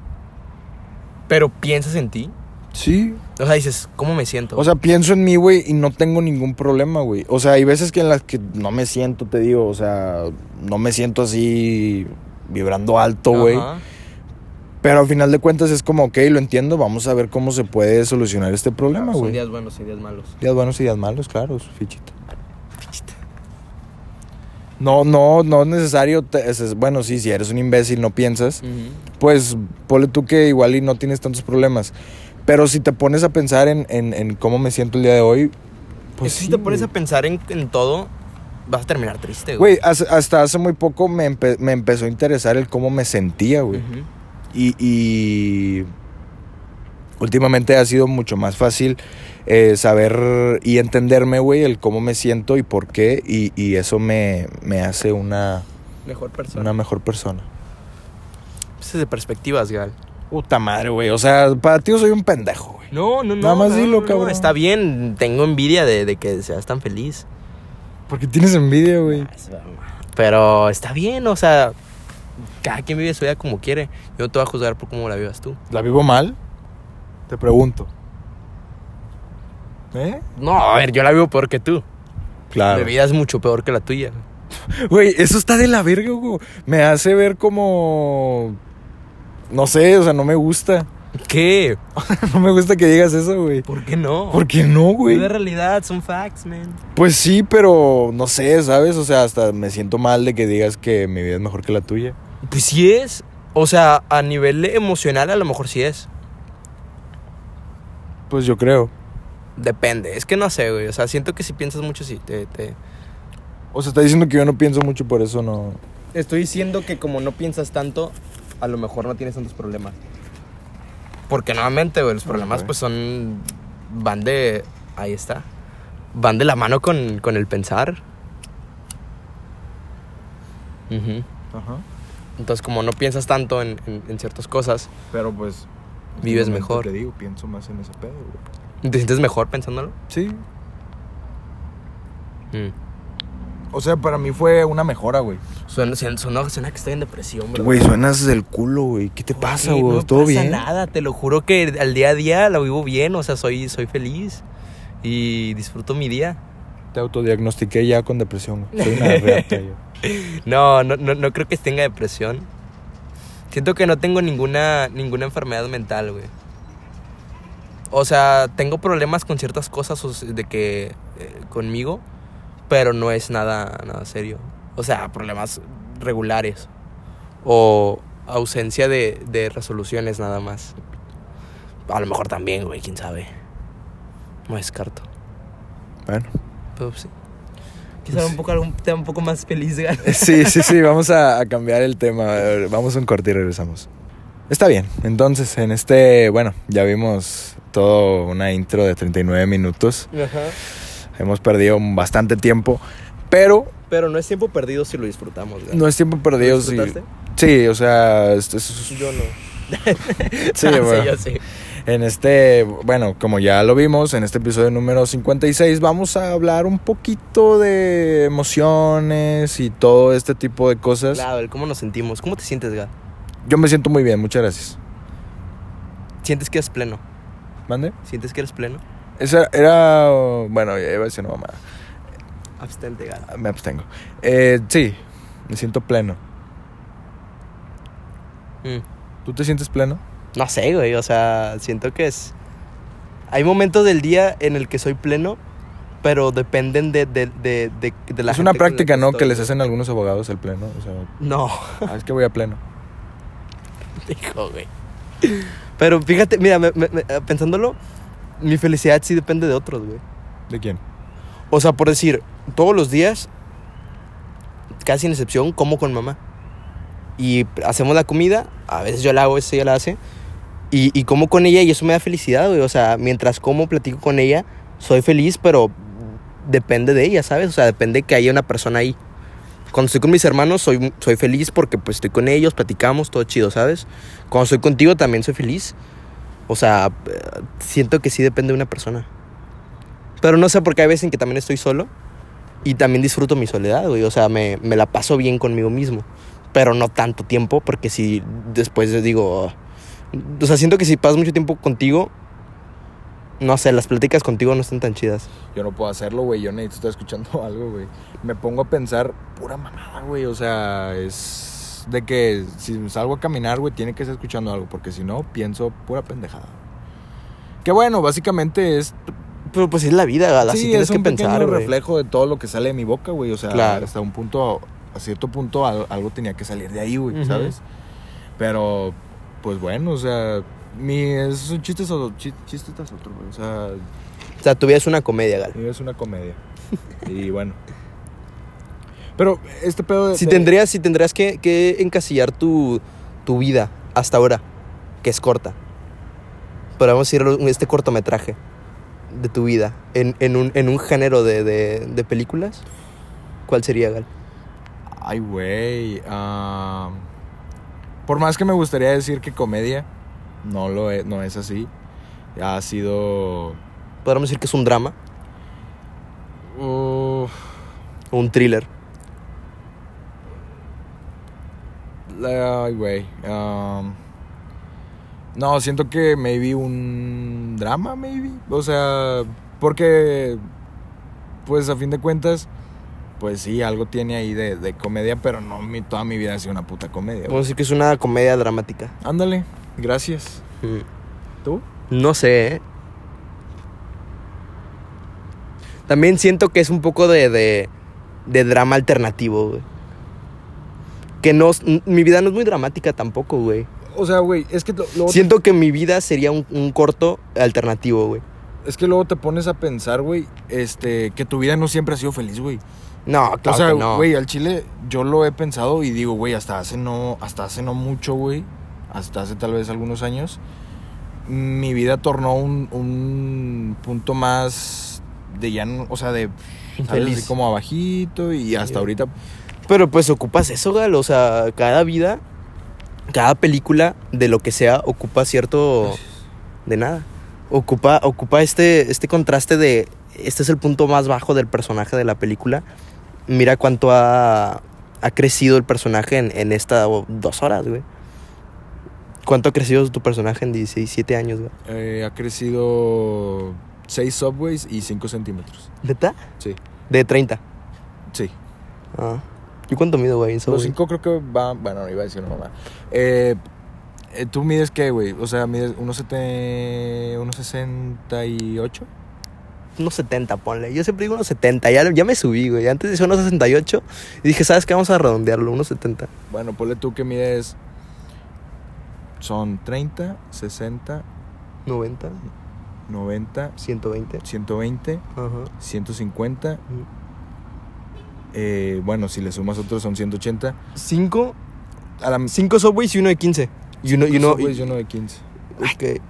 Speaker 2: Pero piensas en ti.
Speaker 1: sí,
Speaker 2: O sea, dices, ¿cómo me siento?
Speaker 1: O sea, pienso en mí, güey, y no tengo ningún problema, güey. O sea, hay veces que en las que no me siento, te digo, o sea, no me siento así vibrando alto, güey.
Speaker 2: Ajá.
Speaker 1: Pero al final de cuentas es como, ok, lo entiendo, vamos a ver cómo se puede solucionar este problema,
Speaker 3: Son
Speaker 1: güey.
Speaker 3: días buenos y días malos.
Speaker 1: Días buenos y días malos, claro, su fichita. No, no, no es necesario. te- es- es- bueno, sí, si eres un imbécil, no piensas. Pues ponle tú que igual y no tienes tantos problemas. Pero si te pones a pensar en, en- en cómo me siento el día de hoy, pues.
Speaker 2: Es que si te pones a
Speaker 1: güey.
Speaker 2: pensar en, en todo, vas a terminar triste, güey.
Speaker 1: Güey, hace- hasta hace muy poco me, empe- me empezó a interesar el cómo me sentía, güey.
Speaker 2: Ujú.
Speaker 1: Y, y últimamente ha sido mucho más fácil eh, saber y entenderme, güey, el cómo me siento y por qué. Y, y eso me, me hace una,
Speaker 3: Mejor persona.
Speaker 1: una mejor persona.
Speaker 2: Pues es de perspectivas, Gal.
Speaker 1: Puta madre, güey. O sea, para ti yo soy un pendejo, güey.
Speaker 2: No, no, no.
Speaker 1: Nada más
Speaker 2: no,
Speaker 1: dilo,
Speaker 2: no, no,
Speaker 1: cabrón.
Speaker 2: Está bien, tengo envidia de, de que seas tan feliz.
Speaker 1: Porque tienes envidia,
Speaker 2: Ah,
Speaker 1: güey.
Speaker 2: Pero está bien, o sea, cada quien vive su vida como quiere. Yo no te voy a juzgar por cómo la vivas tú.
Speaker 1: ¿La vivo mal? Te pregunto. ¿Eh?
Speaker 2: No, a ver, yo la vivo peor que tú.
Speaker 1: Claro.
Speaker 2: Mi vida es mucho peor que la tuya.
Speaker 1: Güey, eso está de la verga, güey. Me hace ver como. No sé, o sea, no me gusta.
Speaker 2: ¿Qué?
Speaker 1: No me gusta que digas eso, güey.
Speaker 2: ¿Por qué no?
Speaker 1: ¿Por qué no, güey?
Speaker 2: Es la realidad, son facts, man.
Speaker 1: Pues sí, pero no sé, ¿sabes? O sea, hasta me siento mal de que digas que mi vida es mejor que la tuya.
Speaker 2: Pues sí es. O sea, a nivel emocional a lo mejor sí es.
Speaker 1: Pues yo creo.
Speaker 2: Depende, es que no sé, güey. O sea, siento que si piensas mucho, sí, te... te...
Speaker 1: O sea, está diciendo que yo no pienso mucho, por eso no.
Speaker 3: Estoy diciendo que como no piensas tanto, a lo mejor no tienes tantos problemas.
Speaker 2: Porque nuevamente, güey, los problemas
Speaker 1: Ok.
Speaker 2: pues son... Van de... Ahí está. Van de la mano con, con el pensar. Ujú.
Speaker 1: Ajá.
Speaker 2: Entonces, como no piensas tanto en, en- en ciertas cosas,
Speaker 1: Pero pues.
Speaker 2: Vives últimamente mejor. te
Speaker 1: digo, pienso más en ese pedo, güey.
Speaker 2: ¿te sientes mejor pensándolo?
Speaker 1: Sí.
Speaker 2: Mm.
Speaker 1: O sea, para mí fue una mejora, güey.
Speaker 2: Suena, suena, suena- suena que estoy en depresión, bro.
Speaker 1: Güey, suenas del culo, güey. ¿Qué te pasa,
Speaker 2: Sí,
Speaker 1: güey?
Speaker 2: no me
Speaker 1: ¿Todo
Speaker 2: pasa
Speaker 1: bien?
Speaker 2: nada, te lo juro que al día a día la vivo bien, o sea, soy, soy feliz y disfruto mi día.
Speaker 1: Te autodiagnostiqué ya con depresión. güey. Soy una reata yo.
Speaker 2: No, no, no, no creo que tenga depresión. Siento que no tengo ninguna, ninguna enfermedad mental, güey. O sea, tengo problemas con ciertas cosas o sea, de que eh, conmigo, pero no es nada, nada serio. O sea, problemas regulares o ausencia de, de resoluciones nada más. A lo mejor también, güey, quién sabe. No descarto.
Speaker 1: Bueno.
Speaker 2: Pero pues, sí. Pues Quizá un poco algún tema un poco más feliz, güey.
Speaker 1: Sí, sí, sí, vamos a, a cambiar el tema. A ver, Vamos a un corte y regresamos. Está bien, entonces en este, bueno, ya vimos todo una intro de 39 minutos. Hemos perdido bastante tiempo, pero
Speaker 2: Pero no es tiempo perdido si lo disfrutamos, güey.
Speaker 1: No es tiempo perdido.
Speaker 2: ¿Lo
Speaker 1: sí.
Speaker 2: disfrutaste?
Speaker 1: Sí, o sea, esto es-
Speaker 2: Yo no.
Speaker 1: sí,
Speaker 2: Ah,
Speaker 1: bueno.
Speaker 2: yo sí.
Speaker 1: En este, bueno, como ya lo vimos, en este episodio número 56 vamos a hablar un poquito de emociones y todo este tipo de cosas.
Speaker 2: Claro, el cómo nos sentimos. ¿Cómo te sientes, Ga?
Speaker 1: Yo me siento muy bien, muchas gracias.
Speaker 2: ¿Sientes que eres pleno?
Speaker 1: ¿Mande?
Speaker 2: ¿Sientes que eres pleno?
Speaker 1: Esa era, bueno, ya iba a decir una mamada.
Speaker 2: Abstente, Ga.
Speaker 1: Me abstengo. Eh, sí, me siento pleno.
Speaker 2: Mm.
Speaker 1: ¿Tú te sientes pleno?
Speaker 2: No sé, güey. O sea, siento que es. Hay momentos del día en el que soy pleno, pero dependen de, de, de, de, de la
Speaker 1: es una
Speaker 2: gente con la
Speaker 1: práctica, ¿no? Que
Speaker 2: estoy,
Speaker 1: les
Speaker 2: güey.
Speaker 1: hacen algunos abogados el pleno. O sea,
Speaker 2: No,
Speaker 1: "Ah, es que voy a pleno.
Speaker 2: dijo, güey. Pero fíjate, mira, me- me- me- pensándolo, mi felicidad sí depende de otros, güey.
Speaker 1: ¿De quién?
Speaker 2: O sea, por decir, todos los días, casi sin excepción, como con mamá. Y hacemos la comida, a veces yo la hago, a veces ella la hace. Y, y como con ella y eso me da felicidad, güey. O sea, mientras como, platico con ella, soy feliz, pero depende de ella, ¿sabes? O sea, depende que haya una persona ahí. Cuando estoy con mis hermanos, soy, soy feliz porque pues estoy con ellos, platicamos, todo chido, ¿sabes? Cuando estoy contigo también soy feliz. O sea, eh, siento que sí depende de una persona. Pero no sé, porque hay veces en que también estoy solo y también disfruto mi soledad, güey. O sea, me, me la paso bien conmigo mismo. Pero no tanto tiempo, porque si después digo. O sea, siento que si pasas mucho tiempo contigo, no sé, las pláticas contigo no están tan chidas.
Speaker 1: Yo no puedo hacerlo, güey. Yo necesito estar escuchando algo, güey. Me pongo a pensar pura mamada, güey. O sea, es de que si salgo a caminar, güey, tiene que estar escuchando algo. Porque si no, pienso pura pendejada. Que bueno, básicamente es,
Speaker 2: Pero pues es la vida, así
Speaker 1: sí,
Speaker 2: tienes
Speaker 1: es
Speaker 2: que
Speaker 1: un
Speaker 2: pensar,
Speaker 1: pequeño
Speaker 2: güey.
Speaker 1: reflejo de todo lo que sale de mi boca, güey. O sea,
Speaker 2: Claro.
Speaker 1: hasta un punto, a cierto punto, al- algo tenía que salir de ahí, güey,
Speaker 2: Ujú.
Speaker 1: ¿sabes? Pero, pues bueno, o sea, mi, es un chiste, so- chi- chiste tras otro, güey. O sea,
Speaker 2: O sea, tu vida es una comedia, Gal.
Speaker 1: es una comedia. Y bueno. Pero este pedo de.
Speaker 2: Si
Speaker 1: de-
Speaker 2: tendrías, si tendrías que, que encasillar tu, tu vida hasta ahora, que es corta, pero vamos a ir a este cortometraje de tu vida en, en un, en un género de, de- de películas, ¿cuál sería, Gal?
Speaker 1: Ay, güey. ah, por más que me gustaría decir que comedia, no lo es, no es así. Ha sido.
Speaker 2: Podríamos decir que es un drama
Speaker 1: uh,
Speaker 2: o un thriller.
Speaker 1: Ay, güey. um, no, siento que maybe un drama, maybe. O sea, porque, pues a fin de cuentas, pues sí, algo tiene ahí de, de comedia, pero no, mi, toda mi vida ha sido una puta comedia. güey.
Speaker 2: Podemos decir que es una comedia dramática.
Speaker 1: Ándale, gracias. ¿Tú?
Speaker 2: No sé. ¿eh? También siento que es un poco de, de, de drama alternativo, güey. Que no, es- n- mi vida no es muy dramática tampoco, güey.
Speaker 1: O sea, güey, es que lo- luego,
Speaker 2: Siento que mi vida sería un, un corto alternativo, güey.
Speaker 1: es que luego te pones a pensar, güey, este, que tu vida no siempre ha sido feliz, güey.
Speaker 2: No, claro
Speaker 1: O sea,
Speaker 2: que no.
Speaker 1: güey, al chile yo lo he pensado y digo, güey, hasta hace no, hasta hace no mucho, güey, hasta hace tal vez algunos años, mi vida tornó un, un punto más de ya, no- o sea, de ¿sabes?
Speaker 2: Feliz.
Speaker 1: así como abajito y hasta
Speaker 2: Sí.
Speaker 1: ahorita.
Speaker 2: Pero pues ocupas eso, gal. O sea, cada vida, cada película, de lo que sea, ocupa cierto. De nada. Ocupa, ocupa este, este contraste de. Este es el punto más bajo del personaje de la película. Mira cuánto ha, ha crecido el personaje en, en estas dos horas, güey. ¿Cuánto ha crecido tu personaje en 16, 17 años, güey?
Speaker 1: eh, ha crecido 6 subways y 5 centímetros.
Speaker 2: ¿Neta?
Speaker 1: Sí,
Speaker 2: De 30.
Speaker 1: sí.
Speaker 2: Ah. ¿Y cuánto mido, güey? en
Speaker 1: Los
Speaker 2: Subway?
Speaker 1: 5 creo que va, bueno, no iba a decir una mamá. Eh, eh, ¿Tú mides qué, güey? O sea, mides 1,70, 1,68.
Speaker 2: unos 70, ponle. Yo siempre digo unos 70, ya, ya me subí, güey. Antes decía unos 68 y dije, ¿sabes qué? Vamos a redondearlo, unos 70.
Speaker 1: Bueno, ponle tú que mides. Son 30, 60,
Speaker 2: 90,
Speaker 1: 90,
Speaker 2: 120.
Speaker 1: 120,
Speaker 2: Ajá.
Speaker 1: 150. eh, bueno, si le sumas otros son 180.
Speaker 2: 5,
Speaker 1: A la,
Speaker 2: Subways y uno de 15. Y uno, y uno,
Speaker 1: Subways, yo no de 15.
Speaker 2: ok.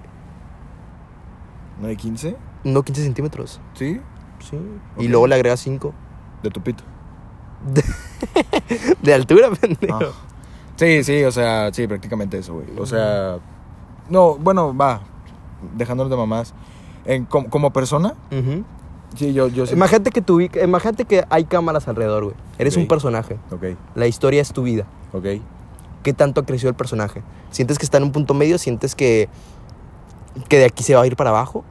Speaker 1: ¿No de 15?
Speaker 2: No, 15 centímetros.
Speaker 1: ¿Sí?
Speaker 2: Sí.
Speaker 1: Ok.
Speaker 2: Y luego le agrega 5.
Speaker 1: De tu pito.
Speaker 2: De altura, pendejo.
Speaker 1: Ah. Sí, sí, o sea, sí, prácticamente eso, güey. O sea,
Speaker 2: Mm.
Speaker 1: no, bueno, va, dejándonos de mamás. En, como, como persona,
Speaker 2: Ujú.
Speaker 1: sí, yo, yo sí.
Speaker 2: Imagínate que tu, imagínate que hay cámaras alrededor, güey. Eres
Speaker 1: Ok.
Speaker 2: un personaje.
Speaker 1: Ok,
Speaker 2: La historia es tu vida.
Speaker 1: ok.
Speaker 2: ¿Qué tanto ha crecido el personaje? ¿Sientes que está en un punto medio? ¿Sientes que, que de aquí se va a ir para abajo?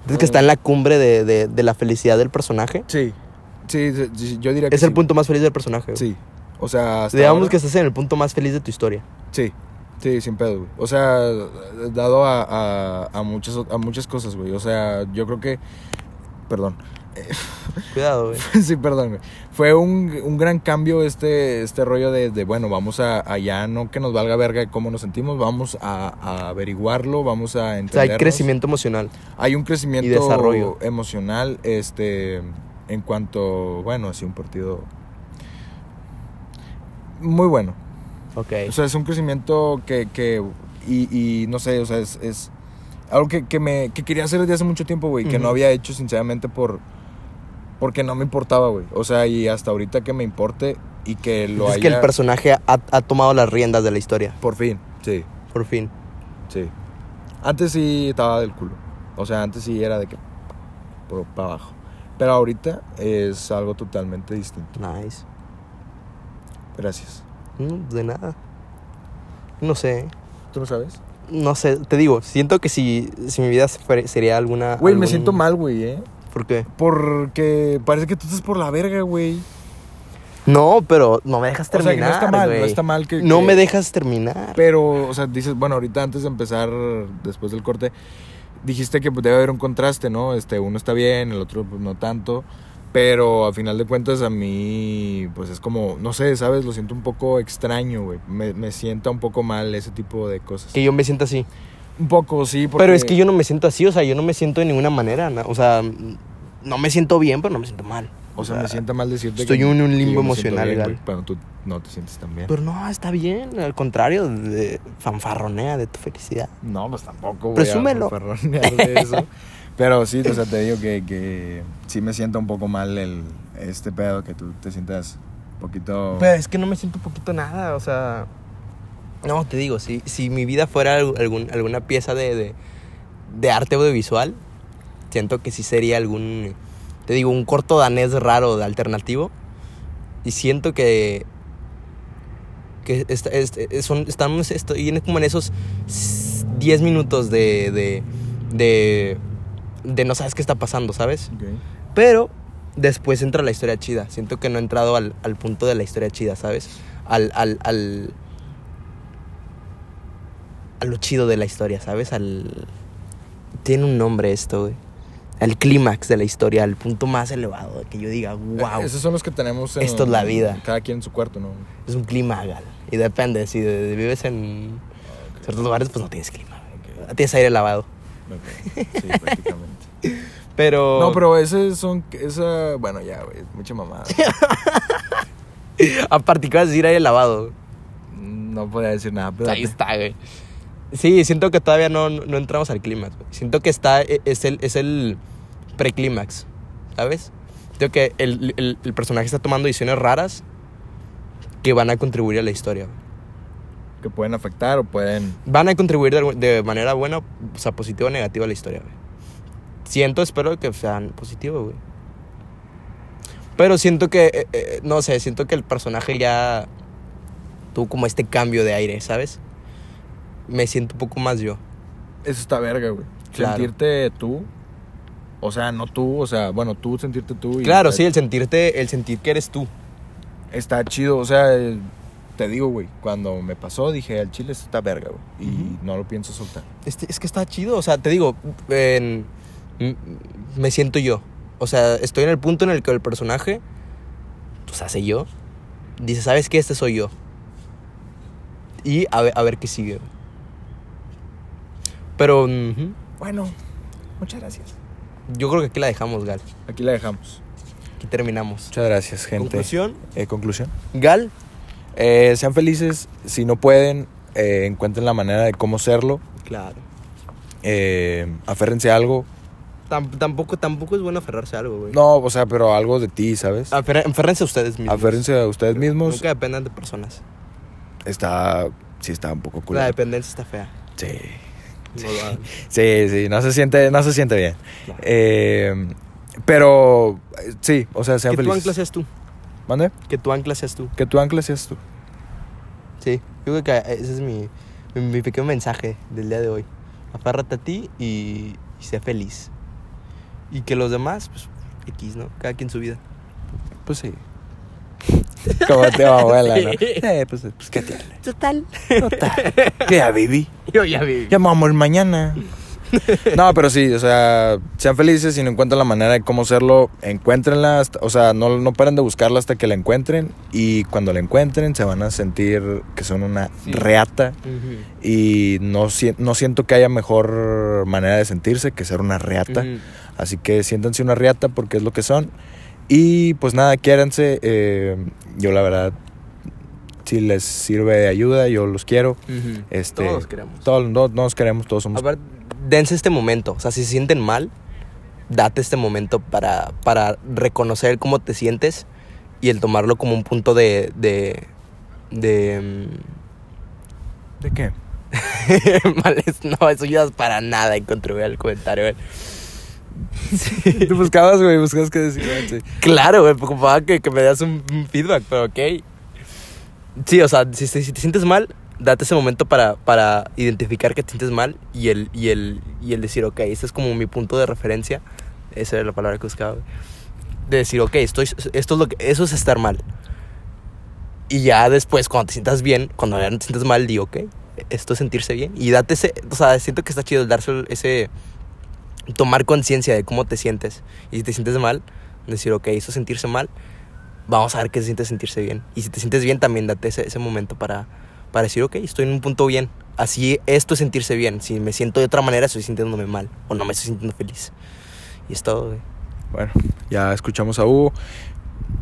Speaker 2: ¿Sientes que está en la cumbre de, de- de la felicidad del personaje?
Speaker 1: Sí, sí, sí, sí, yo diría que
Speaker 2: Es el
Speaker 1: sí.
Speaker 2: punto más feliz del personaje. güey.
Speaker 1: Sí, o sea, hasta
Speaker 2: Digamos
Speaker 1: ahora-
Speaker 2: que estás en el punto más feliz de tu historia.
Speaker 1: Sí, sí, sin pedo, güey. O sea, dado a, a, a muchas, o- a muchas cosas, güey. O sea, yo creo que. Perdón.
Speaker 2: Cuidado, güey.
Speaker 1: sí, perdón, güey. Fue un, un gran cambio este, este rollo de, de, bueno, vamos a, a ya no que nos valga verga cómo nos sentimos, vamos a, a averiguarlo, vamos a
Speaker 2: O sea,
Speaker 1: entender.
Speaker 2: hay crecimiento emocional.
Speaker 1: Hay un crecimiento
Speaker 2: y desarrollo.
Speaker 1: emocional este, en cuanto, bueno, así un partido muy bueno.
Speaker 2: Ok.
Speaker 1: O sea, es un crecimiento que, que- y, y no sé, o sea, es, es algo que, que me, que quería hacer desde hace mucho tiempo, güey, que no
Speaker 2: Ujú.
Speaker 1: había hecho sinceramente por, porque no me importaba, güey. O sea, y hasta ahorita que me importe y que lo
Speaker 2: es
Speaker 1: haya...
Speaker 2: que el personaje ha, ha tomado las riendas de la historia,
Speaker 1: Por fin, sí,
Speaker 2: por fin.
Speaker 1: sí. Antes sí estaba del culo. O sea, antes sí era de que... Por, para abajo. Pero ahorita es algo totalmente distinto.
Speaker 2: Nice.
Speaker 1: Gracias.
Speaker 2: Mm, de nada. No sé.
Speaker 1: ¿Tú no sabes?
Speaker 2: No sé, te digo, siento que si, si mi vida se fuera- sería alguna...
Speaker 1: Güey, me
Speaker 2: algún-
Speaker 1: siento mal, güey, ¿eh?
Speaker 2: ¿Por qué?
Speaker 1: Porque parece que tú estás por la verga, güey.
Speaker 2: No, pero no me dejas
Speaker 1: O sea,
Speaker 2: terminar,
Speaker 1: que no está mal, no
Speaker 2: güey.
Speaker 1: está mal que...
Speaker 2: No
Speaker 1: que-
Speaker 2: me dejas terminar.
Speaker 1: Pero, o sea, dices, bueno, ahorita antes de empezar, después del corte, dijiste que pues, debe haber un contraste, ¿no? Este, uno está bien, el otro pues, no tanto. Pero a final de cuentas a mí, pues es como, no sé, ¿sabes? Lo siento un poco extraño, güey. Me, me sienta un poco mal ese tipo de cosas.
Speaker 2: Que yo me siento así.
Speaker 1: Un poco, sí, porque...
Speaker 2: Pero es que yo no me siento así, o sea, yo no me siento de ninguna manera. na- O sea, no me siento bien, pero no me siento mal.
Speaker 1: O sea, me sienta mal decirte
Speaker 2: estoy
Speaker 1: que-
Speaker 2: en un
Speaker 1: que yo
Speaker 2: limbo
Speaker 1: me siento
Speaker 2: emocional,
Speaker 1: bien,
Speaker 2: Gal.
Speaker 1: güey, Pero tú no te sientes tan bien.
Speaker 2: Pero no, está bien. Al contrario, de- fanfarronea de tu felicidad.
Speaker 1: No, pues tampoco voy
Speaker 2: Presúmelo.
Speaker 1: a fanfarronear de eso. Pero sí, o sea, te digo que, que sí me siento un poco mal el, este pedo, que tú te sientas un poquito...
Speaker 2: Pero es que no me siento poquito nada, o sea... No, te digo, si, si mi vida fuera al- algún, alguna pieza de, de, de arte audiovisual, siento que sí sería algún, te digo, un corto danés raro de alternativo. Y siento que... que esta- este- es- son- estamos, estoy en- como en esos s- 10 minutos de, de, de, de no sabes qué está pasando, ¿sabes?
Speaker 1: Ok.
Speaker 2: Pero después entra la historia chida. Siento que no he entrado al, al punto de la historia chida, ¿sabes? Al, al, al. A lo chido de la historia, ¿sabes? Al. Tiene un nombre esto, güey. Al clímax de la historia, al punto más elevado, que yo diga, wow.
Speaker 1: Eh, Esos son los que tenemos...
Speaker 2: Esto es la vida.
Speaker 1: Cada quien en su cuarto, ¿no?
Speaker 2: Es un clima, gal. Y depende, si de- vives en ciertos lugares, pues no tienes clima. güey. Tienes aire lavado.
Speaker 1: Ok. Sí, prácticamente.
Speaker 2: Pero.
Speaker 1: No, pero ese son... Esa... Bueno, ya, güey, mucha mamada.
Speaker 2: Aparte, ¿qué vas a decir aire lavado? güey?
Speaker 1: No podía decir nada, pero...
Speaker 2: Ahí está, güey. Sí, siento que todavía no, no entramos al clímax. güey. Siento que está, e- es el, es el preclímax, ¿sabes? Siento que el, el- el personaje está tomando decisiones raras que van a contribuir a la historia. güey.
Speaker 1: Que pueden afectar o pueden...
Speaker 2: Van a contribuir de, algu- de manera buena, o sea, positiva o negativa a la historia, güey. Siento, espero que sean positivos, güey. Pero siento que, eh, eh, no sé, siento que el personaje ya tuvo como este cambio de aire, ¿sabes? Me siento un poco más yo.
Speaker 1: Eso está verga, güey.
Speaker 2: Claro.
Speaker 1: Sentirte tú... O sea, no tú, o sea, bueno, tú sentirte tú y...
Speaker 2: Claro, sí, el sentirte, el sentir que eres tú.
Speaker 1: está chido, o sea, el- te digo, güey, cuando me pasó dije, al chile esto está verga, güey, y no lo pienso soltar.
Speaker 2: Este, es que está chido, o sea, te digo, en- m- me siento yo. O sea, estoy en el punto en el que el personaje, pues hace yo, dice, ¿sabes qué? Este soy yo. Y a ver, a ver qué sigue. Pero ujú,
Speaker 4: Bueno, muchas gracias.
Speaker 2: yo creo que aquí la dejamos, Gal.
Speaker 1: Aquí la dejamos.
Speaker 2: Aquí terminamos.
Speaker 1: Muchas gracias, gente.
Speaker 2: Conclusión,
Speaker 1: Eh, Conclusión.
Speaker 2: Gal,
Speaker 1: Eh, sean felices, si no pueden, eh, encuentren la manera de cómo serlo,
Speaker 2: claro.
Speaker 1: eh, aférrense a algo,
Speaker 2: tam- tampoco, tampoco es bueno aferrarse a algo, güey.
Speaker 1: No, o sea, pero algo de ti, ¿sabes?
Speaker 2: Aferra- Aférrense a ustedes Ah, mismos.
Speaker 1: Aférrense a ustedes mismos.
Speaker 2: Nunca dependan de personas.
Speaker 1: Está. Sí, está un poco cool.
Speaker 2: La dependencia está fea.
Speaker 1: Sí.
Speaker 2: No lo hagan.
Speaker 1: Sí, sí, no se siente, no se siente bien.
Speaker 2: Claro.
Speaker 1: Eh, pero, eh, sí, o sea, sean
Speaker 2: Que tu
Speaker 1: felices.
Speaker 2: ancla seas tú.
Speaker 1: ¿Mande?
Speaker 2: Que tu ancla seas tú.
Speaker 1: Que tu ancla seas tú.
Speaker 2: Sí. Yo creo que ah, ese es mi, mi, mi pequeño mensaje del día de hoy. Afárrate a ti y, y sé feliz. Y que los demás, pues, X, ¿no? Cada quien su vida.
Speaker 1: Pues sí. Como te va abuela, ¿no?
Speaker 2: Sí.
Speaker 1: Eh, pues, pues qué tiene.
Speaker 2: Total.
Speaker 1: ¿Qué ya viví?
Speaker 2: Yo ya viví.
Speaker 1: Ya me voy a morir mañana. No, pero sí, o sea, sean felices si no encuentran la manera de cómo hacerlo, encuéntrenla, hasta- o sea, no, no paren de buscarla hasta que la encuentren y cuando la encuentren se van a sentir que son una
Speaker 3: Sí.
Speaker 1: reata y no, si- no siento que haya mejor manera de sentirse que ser una reata. Así que siéntanse una riata porque es lo que son. Y pues nada, quiéranse. eh, yo la verdad, si les sirve de ayuda, yo los quiero. Este,
Speaker 2: Todos queremos.
Speaker 1: Todos no- no nos queremos, todos somos...
Speaker 2: A ver, dense este momento. O sea, si se sienten mal, date este momento para, para reconocer cómo te sientes y el tomarlo como un punto de. de. de.
Speaker 1: ¿De qué?
Speaker 2: mm, males. No, eso ya es para nada y contribuir al comentario, güey.
Speaker 1: Tú buscabas, güey, buscabas qué decir. güey, sí.
Speaker 2: Claro, me preocupaba que, que me das un, un feedback, pero ok. Sí, o sea, si, te- si te sientes mal, date ese momento para, para identificar que te sientes mal y el, y, el, y el decir, ok, este es como mi punto de referencia. Esa era la palabra que buscaba. güey. De decir, ok, estoy, esto es lo que, eso es estar mal. Y ya después, cuando te sientas bien, cuando ya no te sientas mal, di, ok, esto es sentirse bien. Y date ese, o sea, siento que está chido el darse el- ese, tomar conciencia de cómo te sientes. Y si te sientes mal, decir, ok, hizo sentirse mal, vamos a ver qué se siente sentirse bien. Y si te sientes bien, también date ese, ese momento para, para decir, ok, estoy en un punto bien. Así esto es sentirse bien. Si me siento de otra manera, estoy sintiéndome mal o no me estoy sintiendo feliz. Y es todo, güey.
Speaker 1: Bueno, ya escuchamos a Hugo.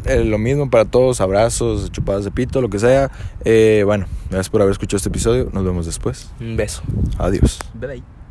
Speaker 1: Eh, lo mismo para todos, abrazos, chupadas de pito, lo que sea. Eh, bueno, gracias por haber escuchado este episodio. Nos vemos después.
Speaker 2: Un beso.
Speaker 1: Adiós.
Speaker 2: Bye bye.